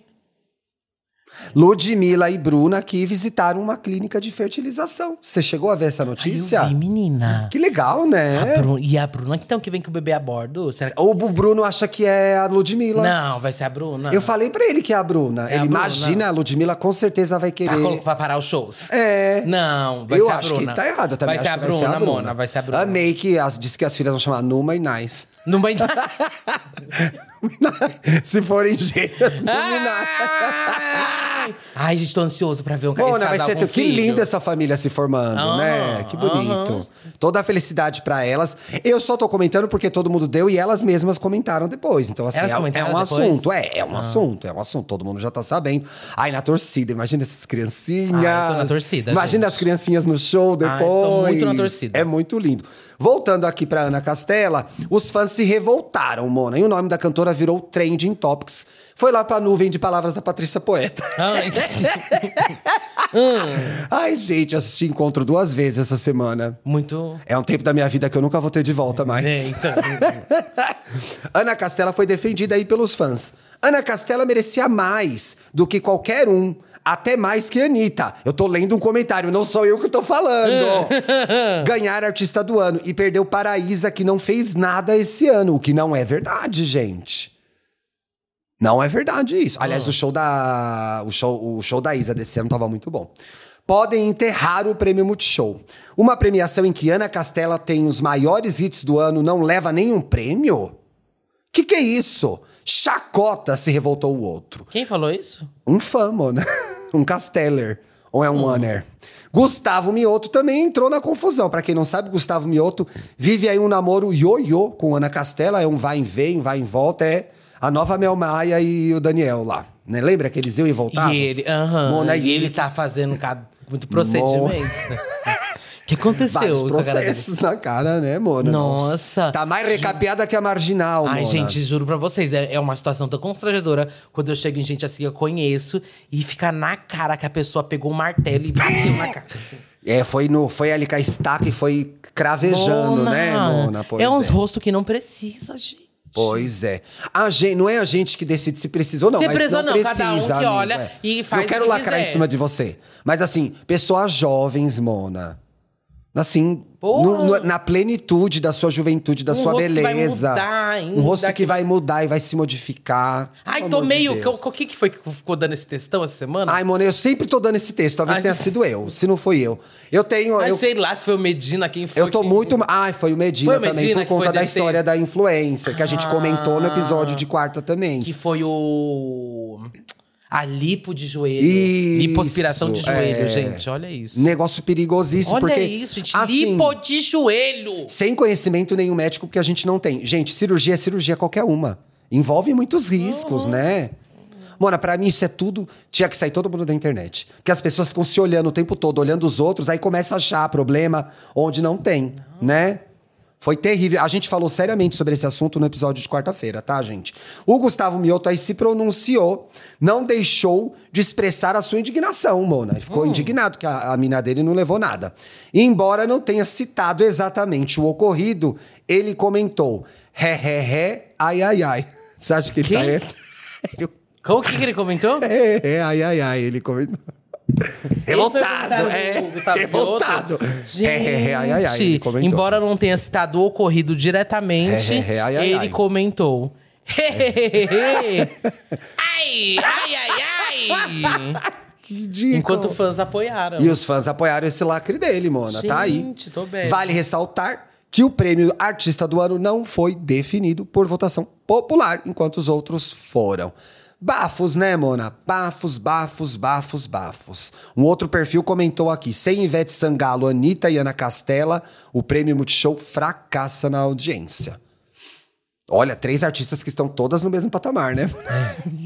Speaker 4: Ludmilla e Bruna que visitaram uma clínica de fertilização. Você chegou a ver essa notícia?
Speaker 3: Ai, eu vi, menina.
Speaker 4: Que legal, né?
Speaker 3: A Bru- E a Bruna, então, que vem com o bebê a bordo? Será que...
Speaker 4: Ou o Bruno acha que é a Ludmilla.
Speaker 3: Não, vai ser a Bruna.
Speaker 4: Eu falei pra ele que é a Bruna.
Speaker 3: É a
Speaker 4: ele
Speaker 3: Bruna.
Speaker 4: imagina, a Ludmilla com certeza vai
Speaker 3: Pra,
Speaker 4: querer.
Speaker 3: Tá, colo- pra parar os shows.
Speaker 4: É.
Speaker 3: Não, vai
Speaker 4: eu
Speaker 3: ser a
Speaker 4: acho
Speaker 3: Bruna.
Speaker 4: que tá errado. Eu também
Speaker 3: vai ser
Speaker 4: acho
Speaker 3: a
Speaker 4: que
Speaker 3: Bruna, Mona. Vai ser a Bruna.
Speaker 4: Amei que as, disse que as filhas vão chamar Numa e Nice.
Speaker 3: Não vai dar.
Speaker 4: Se forem
Speaker 3: Ah!
Speaker 4: gêmeas, não me dá.
Speaker 3: Ai! Ai, gente, tô ansioso pra ver um
Speaker 4: Bom,
Speaker 3: esse
Speaker 4: né, vai
Speaker 3: casal
Speaker 4: ser
Speaker 3: com
Speaker 4: tu- que
Speaker 3: filho.
Speaker 4: linda essa família se formando,
Speaker 3: Aham,
Speaker 4: né? Que bonito. Toda a felicidade pra elas. Eu só tô comentando porque todo mundo deu e elas mesmas comentaram depois. Então, assim,
Speaker 3: Elas
Speaker 4: é, é um
Speaker 3: comentaram depois? Ah.
Speaker 4: assunto. É, é um assunto, é um assunto. Todo mundo já tá sabendo. Ai, na torcida, imagina essas criancinhas.
Speaker 3: Ah, eu tô na torcida,
Speaker 4: Imagina
Speaker 3: gente.
Speaker 4: as criancinhas no show depois.
Speaker 3: Ai, tô muito na torcida.
Speaker 4: É muito lindo. Voltando aqui pra Ana Castela, os fãs se revoltaram, Mona. E o nome da cantora virou Trending Topics. Foi lá pra nuvem de palavras da Patrícia Poeta.
Speaker 3: Ai,
Speaker 4: Ai, gente, eu assisti encontro duas vezes essa semana.
Speaker 3: muito.
Speaker 4: É um tempo da minha vida que eu nunca vou ter de volta mais.
Speaker 3: É, então.
Speaker 4: Ana Castela foi defendida aí pelos fãs. Ana Castela merecia mais do que qualquer um. Até mais que Anitta. Eu tô lendo um comentário, não sou eu que tô falando. Ganhar artista do ano e perdeu Paraísa, que não fez nada esse ano, o que não é verdade, gente. Não é verdade isso. Aliás, o show da o show, o show da Isa desse ano tava muito bom. Podem enterrar o prêmio Multishow. Uma premiação em que Ana Castela tem os maiores hits do ano, não leva nenhum prêmio? Que que é isso? Chacota se revoltou o outro.
Speaker 3: Quem falou isso?
Speaker 4: Um fã, mano. Um Casteller. Ou
Speaker 3: Uhum.
Speaker 4: é um Wanner. Gustavo Mioto também entrou na confusão. Pra quem não sabe, Gustavo Mioto vive aí um namoro ioiô com Ana Castela. É um vai e vem, vai em volta. É a nova Mel Maia e o Daniel lá. Né? Lembra que eles iam e voltavam?
Speaker 3: E ele, aham.
Speaker 4: Mona,
Speaker 3: e
Speaker 4: né? e
Speaker 3: ele
Speaker 4: ele-
Speaker 3: tá fazendo cada- muito procedimento. né? O que
Speaker 4: Vários
Speaker 3: aconteceu com a cara dele?
Speaker 4: processos na cara, né, Mona?
Speaker 3: Nossa.
Speaker 4: Tá mais recapeada que a marginal,
Speaker 3: Ai,
Speaker 4: Mona.
Speaker 3: gente, juro pra vocês, é é uma situação tão constrangedora quando eu chego em gente assim que eu conheço e fica na cara que a pessoa pegou um martelo e bateu na cara. assim.
Speaker 4: É, foi, no, foi ali com a estaca e foi cravejando, né, Mona? Pois
Speaker 3: é uns
Speaker 4: é.
Speaker 3: rostos que não precisa, gente.
Speaker 4: Pois é. A gente, não é a gente que decide se precisou ou não,
Speaker 3: Se
Speaker 4: mas
Speaker 3: precisou
Speaker 4: não
Speaker 3: ou não,
Speaker 4: precisa,
Speaker 3: cada um que
Speaker 4: amigo,
Speaker 3: olha
Speaker 4: é.
Speaker 3: e faz
Speaker 4: Não
Speaker 3: o
Speaker 4: quero
Speaker 3: que
Speaker 4: lacrar
Speaker 3: quiser.
Speaker 4: em cima de você. Mas assim, pessoas jovens, Mona. Assim,
Speaker 3: Porra.
Speaker 4: no- no- na plenitude da sua juventude, da
Speaker 3: Um
Speaker 4: sua
Speaker 3: rosto que vai
Speaker 4: beleza.
Speaker 3: mudar ainda,
Speaker 4: um rosto que,
Speaker 3: que
Speaker 4: vai mudar e vai se modificar.
Speaker 3: Ai,
Speaker 4: Pelo
Speaker 3: tô
Speaker 4: amor de
Speaker 3: meio.
Speaker 4: Deus.
Speaker 3: O que, que foi que ficou dando esse textão essa semana?
Speaker 4: Ai, Mona, eu sempre tô dando esse texto. Talvez
Speaker 3: Ai.
Speaker 4: tenha sido eu. Se não foi eu. Eu tenho.
Speaker 3: Ai,
Speaker 4: eu-
Speaker 3: sei lá se foi o Medina quem foi.
Speaker 4: Eu tô
Speaker 3: quem-
Speaker 4: muito. Ai, foi o Medina
Speaker 3: Foi o
Speaker 4: também,
Speaker 3: Medina
Speaker 4: por
Speaker 3: que foi
Speaker 4: conta da
Speaker 3: desse-
Speaker 4: história da influência, que a gente
Speaker 3: Ah.
Speaker 4: comentou no episódio de quarta também.
Speaker 3: Que foi o. A lipo de joelho.
Speaker 4: Isso,
Speaker 3: Lipospiração de joelho,
Speaker 4: é.
Speaker 3: gente. Olha isso.
Speaker 4: Negócio perigosíssimo,
Speaker 3: Olha
Speaker 4: porque.
Speaker 3: isso, gente.
Speaker 4: assim,
Speaker 3: lipo de joelho.
Speaker 4: Sem conhecimento nenhum médico, porque a gente não tem. Gente, cirurgia é cirurgia qualquer uma. Envolve muitos riscos, né? Mona, pra mim isso é tudo. Tinha que sair todo mundo da internet. Porque as pessoas ficam se olhando o tempo todo, olhando os outros, aí começa a achar problema onde não tem, né? Foi terrível. A gente falou seriamente sobre esse assunto no episódio de quarta-feira, tá, gente? O Gustavo Mioto aí se pronunciou, não deixou de expressar a sua indignação, Mona. Ele
Speaker 3: Hum.
Speaker 4: ficou indignado que a, a mina dele não levou nada. Embora não tenha citado exatamente o ocorrido, ele comentou: ré, ré, ré, ai, ai, ai. Você acha que ele
Speaker 3: Quê?
Speaker 4: tá. errado?
Speaker 3: Como que, que ele comentou?
Speaker 4: É, é, ai, ai, ai, ele comentou. Revoltado,
Speaker 3: comentário
Speaker 4: é.
Speaker 3: do Gustavo
Speaker 4: Revoltado.
Speaker 3: Gente,
Speaker 4: É, é, é, ai, ai, ai, ele comentou.
Speaker 3: embora não tenha citado o ocorrido diretamente,
Speaker 4: É, é, é, ai, ai,
Speaker 3: ele
Speaker 4: ai. É.
Speaker 3: comentou. ai, ai, ai, ai.
Speaker 4: Que ridículo.
Speaker 3: Enquanto fãs apoiaram.
Speaker 4: E os fãs apoiaram esse lacre dele, Mona. tá aí.
Speaker 3: Gente, tô bem.
Speaker 4: Vale ressaltar que o prêmio Artista do Ano não foi definido por votação popular, enquanto os outros foram. Bafos, né, Mona? Bafos, bafos, bafos, bafos. Um outro perfil comentou aqui: sem Ivete Sangalo, Anitta e Ana Castela, o prêmio Multishow fracassa na audiência. Olha, três artistas que estão todas no mesmo patamar, né?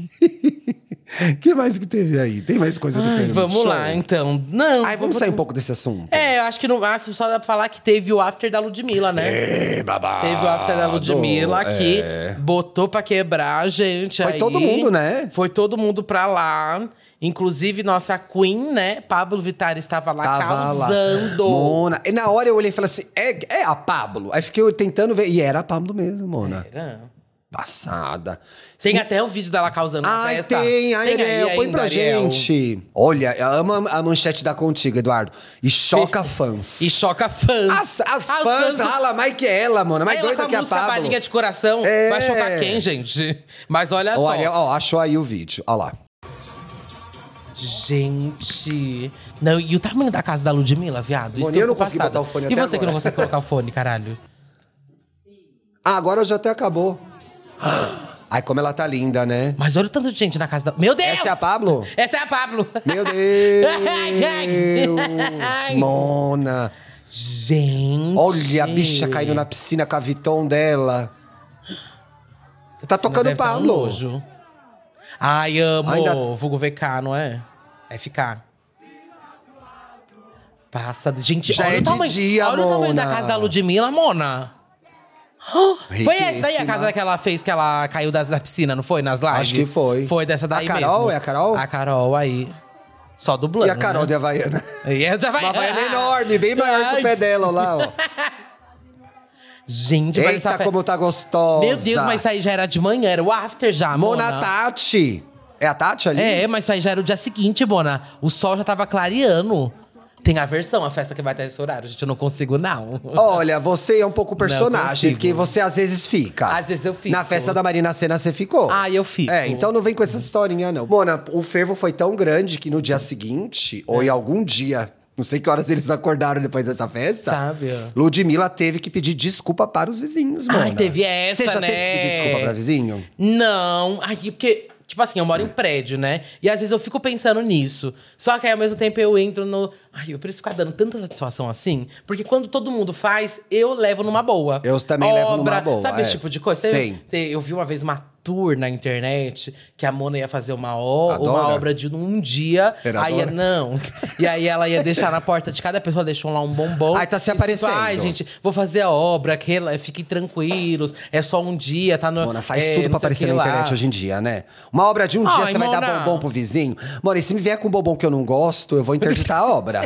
Speaker 4: O que mais que teve aí? Tem mais coisa do
Speaker 3: É. Ai,
Speaker 4: prêmio
Speaker 3: vamos
Speaker 4: Multishow?
Speaker 3: lá, então. Não.
Speaker 4: Ai, vamos sair um pouco desse assunto.
Speaker 3: É, eu acho que no máximo só dá pra falar que teve o after da Ludmilla, né?
Speaker 4: É. babado.
Speaker 3: Teve o after da Ludmilla
Speaker 4: é.
Speaker 3: que botou pra quebrar, gente.
Speaker 4: Foi
Speaker 3: aí.
Speaker 4: todo mundo, né?
Speaker 3: Foi todo mundo pra lá. Inclusive, nossa Queen, né? Pablo Vittar estava lá
Speaker 4: Tava lá.
Speaker 3: causando.
Speaker 4: Mona. E na hora eu olhei e falei assim: é, é a Pablo? Aí fiquei tentando ver. E era a Pablo mesmo, Mona.
Speaker 3: É.
Speaker 4: Passada.
Speaker 3: Tem
Speaker 4: Sim.
Speaker 3: até um vídeo dela causando na
Speaker 4: Ai,
Speaker 3: festa.
Speaker 4: tem, ai,
Speaker 3: aí
Speaker 4: Ariel, põe
Speaker 3: ainda,
Speaker 4: pra
Speaker 3: Ariel.
Speaker 4: gente. Olha, eu amo a a manchete da contigo, Eduardo. E choca fãs.
Speaker 3: E choca fãs.
Speaker 4: As, as fãs rala mais que ela, mano. Mais
Speaker 3: Ela
Speaker 4: doida
Speaker 3: com a
Speaker 4: que a
Speaker 3: música
Speaker 4: Pablo.
Speaker 3: Balinha de Coração.
Speaker 4: É.
Speaker 3: Vai chocar quem, gente? Mas olha
Speaker 4: Ó,
Speaker 3: só.
Speaker 4: Ariel, ó, achou aí o vídeo. Ó lá.
Speaker 3: Gente. Não, e o tamanho da casa da Ludmilla, viado?
Speaker 4: Moni,
Speaker 3: que
Speaker 4: eu não
Speaker 3: fico
Speaker 4: consegui
Speaker 3: passada.
Speaker 4: botar o fone
Speaker 3: E
Speaker 4: até
Speaker 3: você que
Speaker 4: agora.
Speaker 3: não consegue colocar o fone, caralho?
Speaker 4: Ah, agora já até acabou. Ai, como ela tá linda, né?
Speaker 3: Mas olha o tanto de gente na casa da. Meu Deus!
Speaker 4: Essa é a Pablo?
Speaker 3: Essa é a Pablo!
Speaker 4: Meu Deus! Mona!
Speaker 3: Gente!
Speaker 4: Olha a bicha caindo na piscina com a Viton dela. Tá tocando
Speaker 3: Deve tá um
Speaker 4: Pablo.
Speaker 3: nojo. Ai, amo.
Speaker 4: Ainda-
Speaker 3: Vulgo VK, não é? É ficar. Passa. Gente,
Speaker 4: Já
Speaker 3: olha
Speaker 4: é
Speaker 3: o
Speaker 4: de
Speaker 3: tamanho.
Speaker 4: dia,
Speaker 3: olha o tamanho da
Speaker 4: Mona.
Speaker 3: casa da Ludmilla, Mona. Foi essa aí a
Speaker 4: Riquíssima.
Speaker 3: casa que ela fez, que ela caiu das, da piscina, não foi? Nas lives?
Speaker 4: Acho que foi.
Speaker 3: Foi dessa daí
Speaker 4: A Carol?
Speaker 3: mesmo.
Speaker 4: É a Carol?
Speaker 3: A Carol aí. Só dublando,
Speaker 4: E a Carol
Speaker 3: né?
Speaker 4: de Havaiana?
Speaker 3: E ela já vai...
Speaker 4: Uma Havaiana enorme, bem maior que o pé dela, ó lá, ó.
Speaker 3: Gente, mas essa
Speaker 4: Eita,
Speaker 3: fe-
Speaker 4: como tá gostosa.
Speaker 3: Meu Deus, mas tá isso aí já era de manhã, era o after já, Mona.
Speaker 4: Mona Tati. É a Tati ali?
Speaker 3: É, mas isso aí já era o dia seguinte, Bona. O sol já tava clareando. Tem a versão, a festa que vai estar esse horário. Gente, eu não consigo, não.
Speaker 4: Olha, você é um pouco personagem,
Speaker 3: consigo.
Speaker 4: porque você às vezes fica.
Speaker 3: Às vezes eu fico.
Speaker 4: Na festa da Marina Sena você ficou.
Speaker 3: Ah, eu fico.
Speaker 4: É, então não vem com
Speaker 3: hum.
Speaker 4: essa historinha, não. Mona, o fervo foi tão grande que no dia seguinte,
Speaker 3: É.
Speaker 4: ou em algum dia, não sei que horas eles acordaram depois dessa festa.
Speaker 3: Sabe?
Speaker 4: Ludmilla teve que pedir desculpa para os vizinhos, Mona.
Speaker 3: Ai, teve essa,
Speaker 4: Você já
Speaker 3: né?
Speaker 4: teve que pedir desculpa para vizinho?
Speaker 3: Não, aí porque... Tipo assim, eu moro
Speaker 4: É.
Speaker 3: em prédio, né? E às vezes eu fico pensando nisso. Só que aí ao mesmo tempo eu entro no. Ai, eu preciso ficar dando tanta satisfação assim. Porque quando todo mundo faz, eu levo numa boa.
Speaker 4: Eu também levo numa boa,
Speaker 3: Sabe esse
Speaker 4: é.
Speaker 3: tipo de coisa?
Speaker 4: Sim.
Speaker 3: Te- Eu vi uma vez uma tour na internet que a Mona ia fazer uma, o- uma
Speaker 4: Adora.
Speaker 3: obra de um dia.
Speaker 4: Ela
Speaker 3: aí
Speaker 4: adora.
Speaker 3: não. E aí ela ia deixar na porta de cada pessoa, deixou lá um bombom.
Speaker 4: Ai, tá se
Speaker 3: E escrito, Ai,
Speaker 4: aparecendo."
Speaker 3: gente, vou fazer a obra, que ela- fiquem tranquilos, é só um dia, tá no.
Speaker 4: Mona, faz
Speaker 3: é, não sei
Speaker 4: tudo pra
Speaker 3: o
Speaker 4: aparecer
Speaker 3: que
Speaker 4: na
Speaker 3: lá.
Speaker 4: internet hoje em dia, né? Uma obra de um dia,
Speaker 3: Ai,
Speaker 4: você vai
Speaker 3: Mona.
Speaker 4: dar bombom pro vizinho. Mona, e se me vier com um bombom que eu não gosto, eu vou interditar a obra.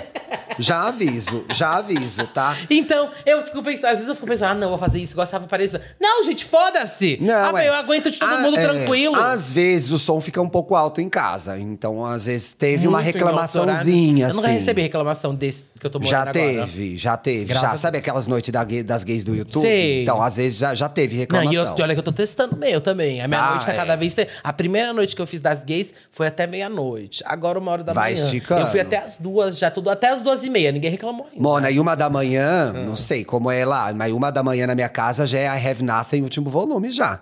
Speaker 4: Já aviso, já aviso, tá?
Speaker 3: Então, eu fico pensando, às vezes eu fico pensando, ah, não, vou fazer isso, gostava aparecer. Não, gente, foda-se! ah,
Speaker 4: é.
Speaker 3: eu aguento de todo
Speaker 4: Ah,
Speaker 3: mundo
Speaker 4: é.
Speaker 3: tranquilo.
Speaker 4: Às vezes o som fica um pouco alto em casa. Então, às vezes, teve uma
Speaker 3: Muito em altos
Speaker 4: reclamaçãozinha,
Speaker 3: horários. Eu
Speaker 4: assim.
Speaker 3: nunca recebi reclamação desse que eu tô morando
Speaker 4: Já
Speaker 3: agora.
Speaker 4: teve, já teve.
Speaker 3: Graças a
Speaker 4: já, sabe aquelas noites da gay- das gays do YouTube?
Speaker 3: Sei.
Speaker 4: Então, às vezes, já, já teve
Speaker 3: Não,
Speaker 4: reclamação.
Speaker 3: e eu, olha que eu tô testando o meu também. A minha
Speaker 4: Tá,
Speaker 3: noite tá
Speaker 4: é.
Speaker 3: cada vez. te- A primeira noite que eu fiz das gays foi até meia-noite. Agora, uma hora da
Speaker 4: Vai
Speaker 3: manhã.
Speaker 4: esticando.
Speaker 3: Eu fui até as duas, já tudo até as duas e meia. Ninguém reclamou ainda.
Speaker 4: Mona, e uma da manhã,
Speaker 3: Ah.
Speaker 4: não sei como é lá, mas uma da manhã na minha casa já é I Have Nothing, último volume já.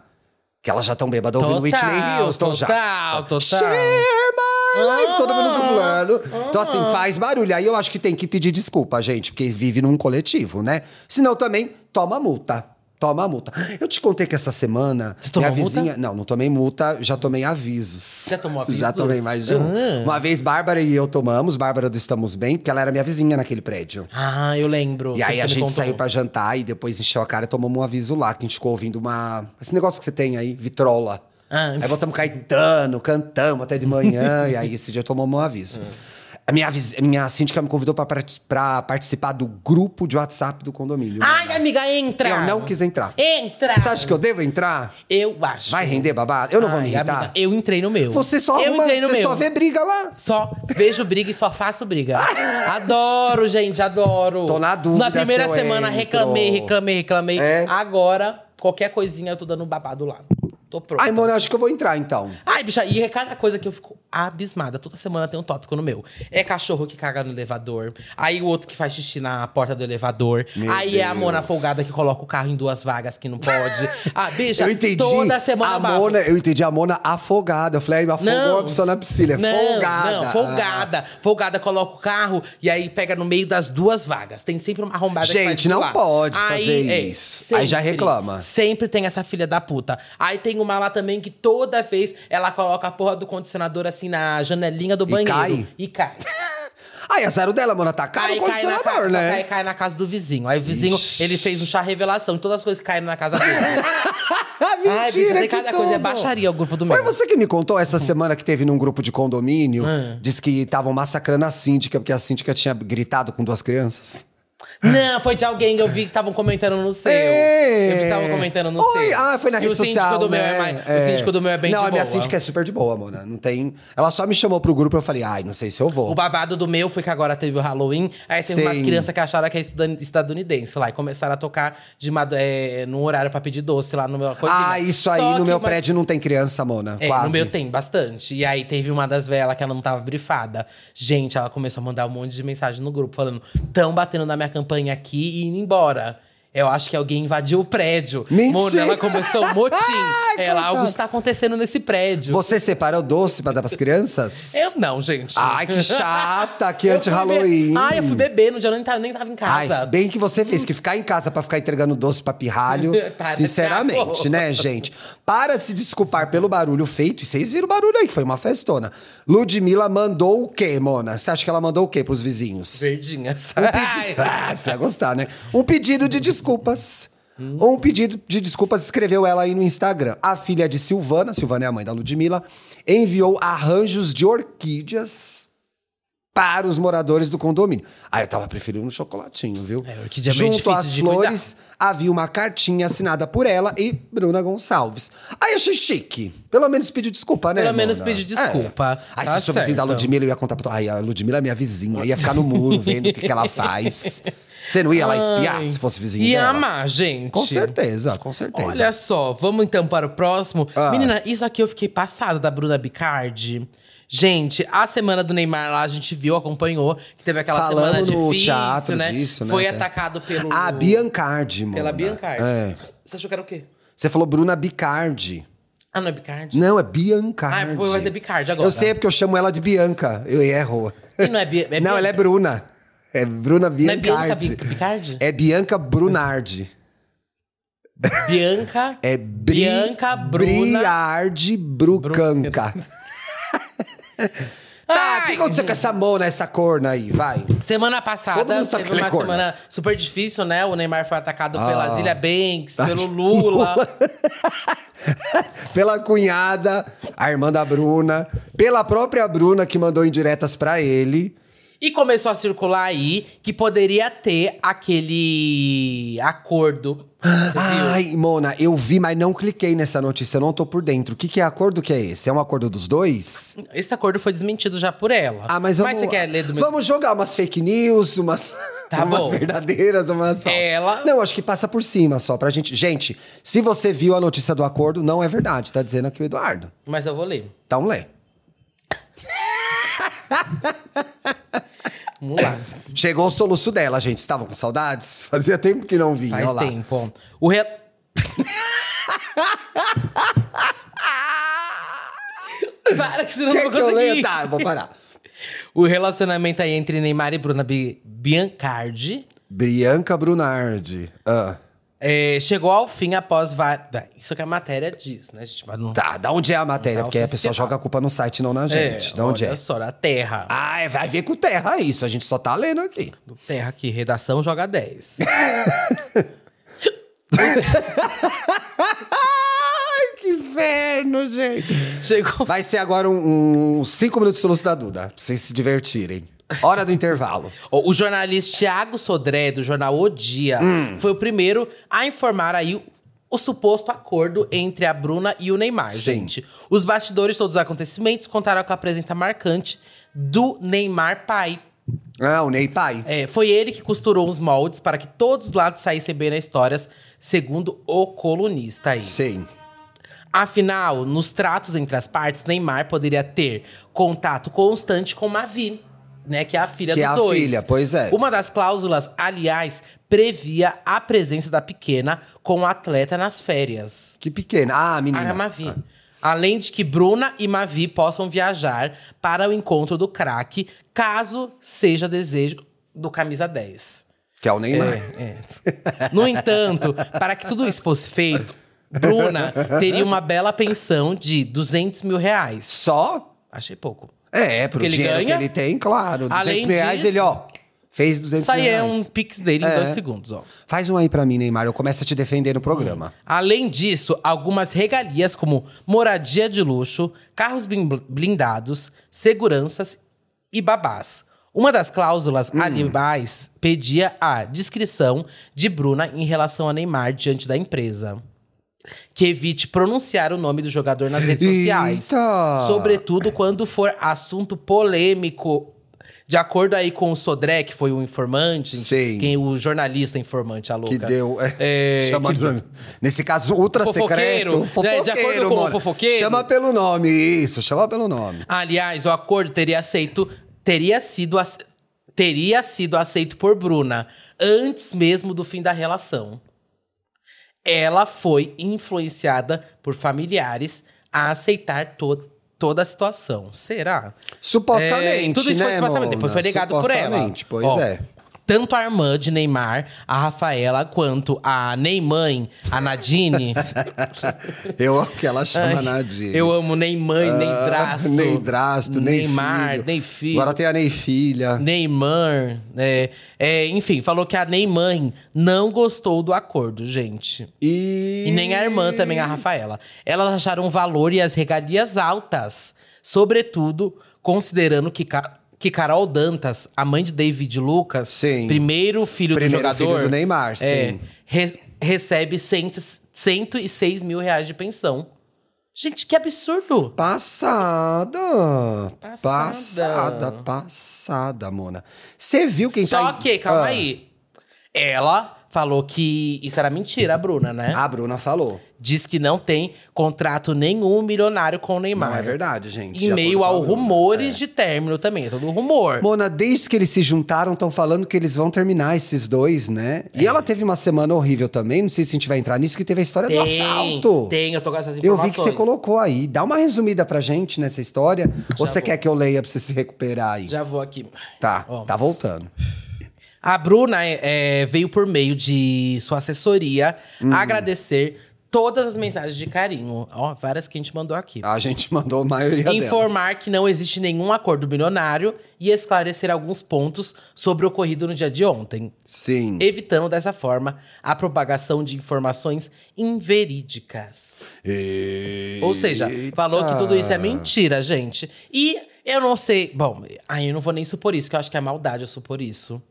Speaker 4: Que elas já estão bêbadas ouvindo
Speaker 3: Total,
Speaker 4: Whitney Houston já.
Speaker 3: total, total. Oh.
Speaker 4: Share my life, todo mundo dublando. Então assim, faz barulho. Aí eu acho que tem que pedir desculpa, gente, porque vive num coletivo, né? Senão também toma multa. Toma multa. Eu te contei que essa semana
Speaker 3: Você tomou
Speaker 4: minha
Speaker 3: multa?
Speaker 4: vizinha, não, não tomei multa, já tomei avisos.
Speaker 3: Já tomou
Speaker 4: Já
Speaker 3: avisos?
Speaker 4: tomei mais de um.
Speaker 3: Ah.
Speaker 4: Uma vez Bárbara e eu tomamos, Bárbara do Estamos Bem, porque ela era minha vizinha naquele prédio.
Speaker 3: Ah, eu lembro.
Speaker 4: E aí
Speaker 3: Você
Speaker 4: a
Speaker 3: me
Speaker 4: gente
Speaker 3: contou.
Speaker 4: saiu pra jantar e depois encheu a cara e tomamos um aviso lá, que a gente ficou ouvindo uma. Esse negócio que você tem aí, vitrola.
Speaker 3: Ah,
Speaker 4: aí botamos Caetano, cantamos até de manhã, e aí esse dia tomamos um aviso.
Speaker 3: É.
Speaker 4: A minha, viz- minha síndica me convidou pra, parti- pra participar do grupo de WhatsApp do condomínio.
Speaker 3: Ai,
Speaker 4: Mona.
Speaker 3: amiga, entra!
Speaker 4: Eu não quis entrar.
Speaker 3: Entra!
Speaker 4: Você acha que eu devo entrar?
Speaker 3: Eu acho.
Speaker 4: Vai render babado? Eu não vou
Speaker 3: Ai,
Speaker 4: me irritar.
Speaker 3: amiga, eu entrei no meu.
Speaker 4: Você só
Speaker 3: eu
Speaker 4: arruma,
Speaker 3: entrei no
Speaker 4: você
Speaker 3: meu.
Speaker 4: só vê briga lá.
Speaker 3: Só vejo briga e só faço briga. Adoro, gente, adoro.
Speaker 4: Tô na dúvida
Speaker 3: Na primeira
Speaker 4: se eu
Speaker 3: semana
Speaker 4: entro.
Speaker 3: reclamei, reclamei, reclamei.
Speaker 4: É?
Speaker 3: Agora, qualquer coisinha eu tô dando um babado lá. Tô pronta.
Speaker 4: Ai, Mona, eu acho que eu vou entrar então.
Speaker 3: Ai, bicha, e é cada coisa que eu fico abismada. Toda semana tem um tópico no meu. É cachorro que caga no elevador. Aí o outro que faz xixi na porta do elevador.
Speaker 4: Meu
Speaker 3: aí é a
Speaker 4: Deus.
Speaker 3: Mona folgada que coloca o carro em duas vagas que não pode. ah, bicha,
Speaker 4: Eu entendi.
Speaker 3: toda semana
Speaker 4: a
Speaker 3: bafo.
Speaker 4: Mona, eu entendi a Mona afogada. Eu falei, ai, afogou a pessoa na piscina. É
Speaker 3: não,
Speaker 4: folgada.
Speaker 3: Não, folgada. Folgada coloca o carro e aí pega no meio das duas vagas. Tem sempre uma arrombada que faz
Speaker 4: Gente,
Speaker 3: isso
Speaker 4: não
Speaker 3: lá. é,
Speaker 4: pode fazer isso. Aí já reclama.
Speaker 3: Sempre tem essa filha da puta. Aí tem uma lá também que toda vez ela coloca a porra do condicionador assim na janelinha do banheiro.
Speaker 4: cai?
Speaker 3: E cai.
Speaker 4: Ai, é zero dela, Mona. Tá caro
Speaker 3: Aí
Speaker 4: o
Speaker 3: cai na
Speaker 4: condicionador,
Speaker 3: casa-
Speaker 4: né?
Speaker 3: Cai, cai na casa do vizinho. Aí o vizinho, ele fez um chá revelação. Todas as coisas que caíram na casa dele.
Speaker 4: Ah, Mentira,
Speaker 3: Ai, bicho, tem
Speaker 4: que
Speaker 3: cada coisa. É
Speaker 4: tudo.
Speaker 3: baixaria o grupo do Hum.
Speaker 4: Foi
Speaker 3: meu.
Speaker 4: você que me contou essa semana que teve num grupo de condomínio,
Speaker 3: Hum.
Speaker 4: diz que estavam massacrando a síndica, porque a síndica tinha gritado com duas crianças.
Speaker 3: Não, foi de alguém que eu vi que estavam comentando no seu.
Speaker 4: É.
Speaker 3: Eu vi que estavam comentando no
Speaker 4: Oi,
Speaker 3: seu.
Speaker 4: Ah, foi na
Speaker 3: e
Speaker 4: rede
Speaker 3: o síndico
Speaker 4: social,
Speaker 3: do meu
Speaker 4: né?
Speaker 3: é mais, O síndico do meu é bem
Speaker 4: Não,
Speaker 3: de
Speaker 4: a minha
Speaker 3: boa.
Speaker 4: síndica é super de boa, Mona. Não tem... Ela só me chamou pro grupo e eu falei, ai, não sei se eu vou.
Speaker 3: O babado do meu foi que agora teve o Halloween. Aí teve umas
Speaker 4: Sim.
Speaker 3: crianças que acharam que é estudan- estadunidense lá. E começaram a tocar de madu- é, num horário pra pedir doce lá no meu coisinha.
Speaker 4: Ah, isso aí
Speaker 3: Só
Speaker 4: no
Speaker 3: que
Speaker 4: meu
Speaker 3: uma-
Speaker 4: prédio não tem criança, Mona.
Speaker 3: É,
Speaker 4: Quase.
Speaker 3: no meu tem bastante. E aí teve uma das velas que ela não tava brifada. Gente, ela começou a mandar um monte de mensagem no grupo falando: tão batendo na minha campanha aqui e indo embora. Eu acho que alguém invadiu o prédio.
Speaker 4: Mentira!
Speaker 3: Mona, ela começou um motim.
Speaker 4: Ai,
Speaker 3: ela,
Speaker 4: coitada.
Speaker 3: algo está acontecendo nesse prédio.
Speaker 4: Você separa o doce pra dar pras crianças?
Speaker 3: Eu não, gente.
Speaker 4: Ai, que chata, que
Speaker 3: Eu fui
Speaker 4: anti-Halloween.
Speaker 3: be- Ai, eu fui beber no dia, eu nem tava, nem tava em
Speaker 4: Ai,
Speaker 3: casa.
Speaker 4: bem que você fez, que ficar em casa pra ficar entregando doce pra pirralho,
Speaker 3: Para,
Speaker 4: sinceramente,
Speaker 3: Thiago.
Speaker 4: né, gente? Para de se desculpar pelo barulho feito, e vocês viram o barulho aí, que foi uma festona. Ludmilla mandou o quê, Mona? Você acha que ela mandou o quê pros vizinhos?
Speaker 3: Verdinha, sabe?
Speaker 4: Ah, você ia gostar, né? Um pedido de desculpas. Um pedido de desculpas escreveu ela aí no Instagram. A filha de Silvana, Silvana é a mãe da Ludmilla, enviou arranjos de orquídeas para os moradores do condomínio. Ah, eu tava preferindo um chocolatinho, viu?
Speaker 3: É, orquídea é meio
Speaker 4: Junto
Speaker 3: difícil
Speaker 4: às
Speaker 3: de
Speaker 4: flores, havia uma cartinha assinada por ela e Bruna Gonçalves. Aí achei chique. Pelo menos pediu desculpa, né?
Speaker 3: Pelo menos
Speaker 4: Mona?
Speaker 3: pediu desculpa.
Speaker 4: É. Aí
Speaker 3: Tá
Speaker 4: se eu sou vizinho da
Speaker 3: certo.
Speaker 4: Ludmilla, eu ia contar pra tu. Ai, a Ludmilla é minha vizinha. Eu ia ficar no muro vendo o que, que ela faz. Você não ia lá espiar
Speaker 3: Ai.
Speaker 4: se fosse vizinho
Speaker 3: Ia
Speaker 4: dela?
Speaker 3: amar, gente.
Speaker 4: Com certeza, com certeza.
Speaker 3: Olha só, vamos então para o próximo.
Speaker 4: É, Ah.
Speaker 3: Menina, isso aqui eu fiquei passada da Bruna Bicardi. Gente, a semana do Neymar lá, a gente viu, acompanhou, que teve aquela
Speaker 4: Falando
Speaker 3: semana
Speaker 4: no
Speaker 3: difícil,
Speaker 4: teatro
Speaker 3: né?
Speaker 4: disso, né,
Speaker 3: Foi
Speaker 4: até.
Speaker 3: atacado pelo.
Speaker 4: A Biancardi, mano.
Speaker 3: Pela Biancardi.
Speaker 4: É.
Speaker 3: Você achou que era o quê?
Speaker 4: Você falou Bruna Bicardi.
Speaker 3: Ah, não é Bicardi?
Speaker 4: Não, é Biancardi.
Speaker 3: Ah, eu vou fazer Bicardi agora.
Speaker 4: Eu sei, é porque eu chamo ela de Bianca. Eu erro.
Speaker 3: E não é Bi- é
Speaker 4: não,
Speaker 3: Bianca?
Speaker 4: ela é Bruna. É Bruna
Speaker 3: é
Speaker 4: Biancardi.
Speaker 3: Bianca Bi- Bicardi?
Speaker 4: É Bianca Brunardi.
Speaker 3: Bianca.
Speaker 4: É Bri,
Speaker 3: Bianca, Bruna-
Speaker 4: Briardi Brucanca. tá, o que
Speaker 3: Ai!
Speaker 4: aconteceu com essa mona, essa corna aí? Vai.
Speaker 3: Semana passada
Speaker 4: Todo mundo sabe
Speaker 3: teve
Speaker 4: que ele
Speaker 3: uma
Speaker 4: é corno.
Speaker 3: semana super difícil, né? O Neymar foi atacado pela
Speaker 4: Ah.
Speaker 3: Zilia Banks, pelo Lula.
Speaker 4: Pela cunhada, a irmã da Bruna. Pela própria Bruna, que mandou indiretas pra ele.
Speaker 3: E começou a circular aí que poderia ter aquele acordo. Você viu?
Speaker 4: Ai, Mona, eu vi, mas não cliquei nessa notícia. Eu não tô por dentro. O que, que é acordo que é esse? É um acordo dos dois?
Speaker 3: Esse acordo foi desmentido já por ela.
Speaker 4: Ah, mas vamos...
Speaker 3: você quer ler do meu...
Speaker 4: Vamos jogar umas fake news, umas...
Speaker 3: Tá
Speaker 4: umas
Speaker 3: bom. É,
Speaker 4: verdadeiras, umas... falsas.
Speaker 3: Ela-
Speaker 4: Não, acho que passa por cima só pra gente... Gente, se você viu a notícia do acordo, não é verdade. Tá dizendo aqui o Eduardo.
Speaker 3: Mas eu vou ler.
Speaker 4: Então lê.
Speaker 3: Vamos lá.
Speaker 4: Chegou o soluço dela, gente. Estavam com saudades? Fazia tempo que não vinha.
Speaker 3: Faz
Speaker 4: olha lá.
Speaker 3: tempo. O re... Para que senão eu
Speaker 4: Ah! Quer
Speaker 3: não
Speaker 4: que
Speaker 3: vou
Speaker 4: eu leia?
Speaker 3: conseguir.
Speaker 4: Tá, eu vou parar.
Speaker 3: O relacionamento aí entre Neymar e Bruna Bi- Biancardi
Speaker 4: Bianca Brunardi. Ah.
Speaker 3: é, chegou ao fim após... va- Isso que a matéria diz, né, gente? Mas não...
Speaker 4: Tá, da onde é a matéria?
Speaker 3: Tá
Speaker 4: Porque aí a
Speaker 3: oficial.
Speaker 4: pessoa joga a culpa no site, não na gente.
Speaker 3: é,
Speaker 4: da onde
Speaker 3: olha
Speaker 4: é?
Speaker 3: só, a terra.
Speaker 4: Ah, é- vai ver com terra isso. A gente só tá lendo aqui.
Speaker 3: Do Terra aqui, redação joga 10.
Speaker 4: Ai, que inferno, gente.
Speaker 3: Chegou.
Speaker 4: Vai ser agora um, um cinco minutos de soluço da Duda, pra vocês se divertirem. Hora do intervalo.
Speaker 3: O jornalista Thiago Sodré, do jornal O Dia, foi o primeiro a informar aí o- o suposto acordo entre a Bruna e o Neymar,
Speaker 4: Sim.
Speaker 3: gente. Os bastidores de todos os acontecimentos contaram com a presença marcante do Neymar pai.
Speaker 4: Ah, o Ney Pai.
Speaker 3: É, foi ele que costurou os moldes para que todos os lados saíssem bem nas histórias, segundo o colunista aí.
Speaker 4: Sim.
Speaker 3: Afinal, nos tratos entre as partes, Neymar poderia ter contato constante com Mavi, né? Que é a filha
Speaker 4: Que
Speaker 3: dos
Speaker 4: é a
Speaker 3: dois.
Speaker 4: filha, pois é.
Speaker 3: Uma das cláusulas, aliás, previa a presença da pequena com o atleta nas férias.
Speaker 4: Que pequena. Ah, a menina.
Speaker 3: A Mavi. Além de que Bruna e Mavi possam viajar para o encontro do craque, caso seja desejo do camisa 10.
Speaker 4: Que é o Neymar.
Speaker 3: É, é. No entanto, para que tudo isso fosse feito, Bruna teria uma bela pensão de 200 mil reais.
Speaker 4: Só?
Speaker 3: Achei pouco.
Speaker 4: É, pro
Speaker 3: Porque ele
Speaker 4: dinheiro
Speaker 3: ganha.
Speaker 4: que ele tem, claro. 200
Speaker 3: Além
Speaker 4: mil reais,
Speaker 3: disso-
Speaker 4: ele, ó, fez 200
Speaker 3: Isso aí
Speaker 4: mil
Speaker 3: é
Speaker 4: reais.
Speaker 3: um pix dele em
Speaker 4: É.
Speaker 3: dois segundos, ó.
Speaker 4: Faz um aí pra mim, Neymar. Eu começo a te defender no programa.
Speaker 3: Além disso, algumas regalias como moradia de luxo, carros blin- blindados, seguranças e babás. Uma das cláusulas,
Speaker 4: Hum.
Speaker 3: aliás, pedia a descrição de Bruna em relação a Neymar diante da empresa. Que evite pronunciar o nome do jogador nas redes sociais.
Speaker 4: Eita!
Speaker 3: Sobretudo quando for assunto polêmico. De acordo aí com o Sodré, que foi o informante,
Speaker 4: Sim.
Speaker 3: quem o jornalista informante, a
Speaker 4: Que
Speaker 3: louca.
Speaker 4: deu.
Speaker 3: É,
Speaker 4: chama,
Speaker 3: que-
Speaker 4: Nesse caso, ultra
Speaker 3: Fofoqueiro,
Speaker 4: secreto.
Speaker 3: né, de acordo com o
Speaker 4: mano.
Speaker 3: fofoqueiro.
Speaker 4: Chama pelo nome, isso, chama pelo nome.
Speaker 3: Aliás, o acordo teria aceito, teria sido ace- teria sido aceito por Bruna antes mesmo do fim da relação. Ela foi influenciada por familiares a aceitar to- toda a situação. Será?
Speaker 4: Supostamente,
Speaker 3: É, tudo isso
Speaker 4: né,
Speaker 3: foi supostamente.
Speaker 4: Mona?
Speaker 3: Depois foi negado por ela.
Speaker 4: Supostamente, pois
Speaker 3: Ó,
Speaker 4: é.
Speaker 3: Tanto a irmã de Neymar, a Rafaela, quanto a Neymãe, a Nadine.
Speaker 4: Eu amo que ela chama
Speaker 3: Ai,
Speaker 4: Nadir.
Speaker 3: Eu amo Neymãe, Neydrasto.
Speaker 4: Ah, Nem drasto, nem
Speaker 3: Neymar,
Speaker 4: filho.
Speaker 3: nem filho.
Speaker 4: Agora tem a nem filha.
Speaker 3: Neymar, é, é, enfim, falou que a Neymar não gostou do acordo, gente.
Speaker 4: E...
Speaker 3: E nem a irmã também, a Rafaela. Elas acharam o valor e as regalias altas. Sobretudo, considerando que, Ca- que Carol Dantas, a mãe de David Lucas,
Speaker 4: Sim.
Speaker 3: primeiro filho do
Speaker 4: Primeiro
Speaker 3: jogador...
Speaker 4: filho do Neymar,
Speaker 3: é,
Speaker 4: sim.
Speaker 3: re- recebe cento, 106 mil reais de pensão. Gente, que absurdo!
Speaker 4: Passada.
Speaker 3: Passada.
Speaker 4: Passada, passada, Mona. Você viu quem tá...
Speaker 3: Só
Speaker 4: em-
Speaker 3: que, calma
Speaker 4: Ah,
Speaker 3: aí. Ela falou que isso era mentira, a Bruna, né?
Speaker 4: A Bruna falou.
Speaker 3: Diz que não tem contrato nenhum milionário com o Neymar.
Speaker 4: Não é verdade, gente. de
Speaker 3: Em meio
Speaker 4: acordo
Speaker 3: ao
Speaker 4: com a Bruna.
Speaker 3: rumores de término também, é todo rumor.
Speaker 4: Mona, desde que eles se juntaram, estão falando que eles vão terminar esses dois, né?
Speaker 3: É.
Speaker 4: E ela teve uma semana horrível também, não sei se a gente vai entrar nisso, que teve a história do assalto.
Speaker 3: Tem, eu tô com essas
Speaker 4: Eu
Speaker 3: informações.
Speaker 4: vi que você colocou aí. Dá uma resumida pra gente nessa história. Ou
Speaker 3: vou.
Speaker 4: você quer que eu leia pra você se recuperar aí?
Speaker 3: Já vou aqui.
Speaker 4: Tá,
Speaker 3: Ó.
Speaker 4: tá voltando.
Speaker 3: A Bruna é, é, veio por meio de sua assessoria
Speaker 4: Hum.
Speaker 3: agradecer todas as mensagens de carinho. Ó, várias que a gente mandou aqui.
Speaker 4: A gente mandou É a maioria delas.
Speaker 3: informar que não existe nenhum acordo milionário e esclarecer alguns pontos sobre o ocorrido no dia de ontem,
Speaker 4: Sim.
Speaker 3: evitando dessa forma a propagação de informações inverídicas. Ou seja, falou que tudo isso é mentira, gente. E eu não sei, bom, aí eu não vou nem supor isso, que eu acho que é maldade eu supor isso.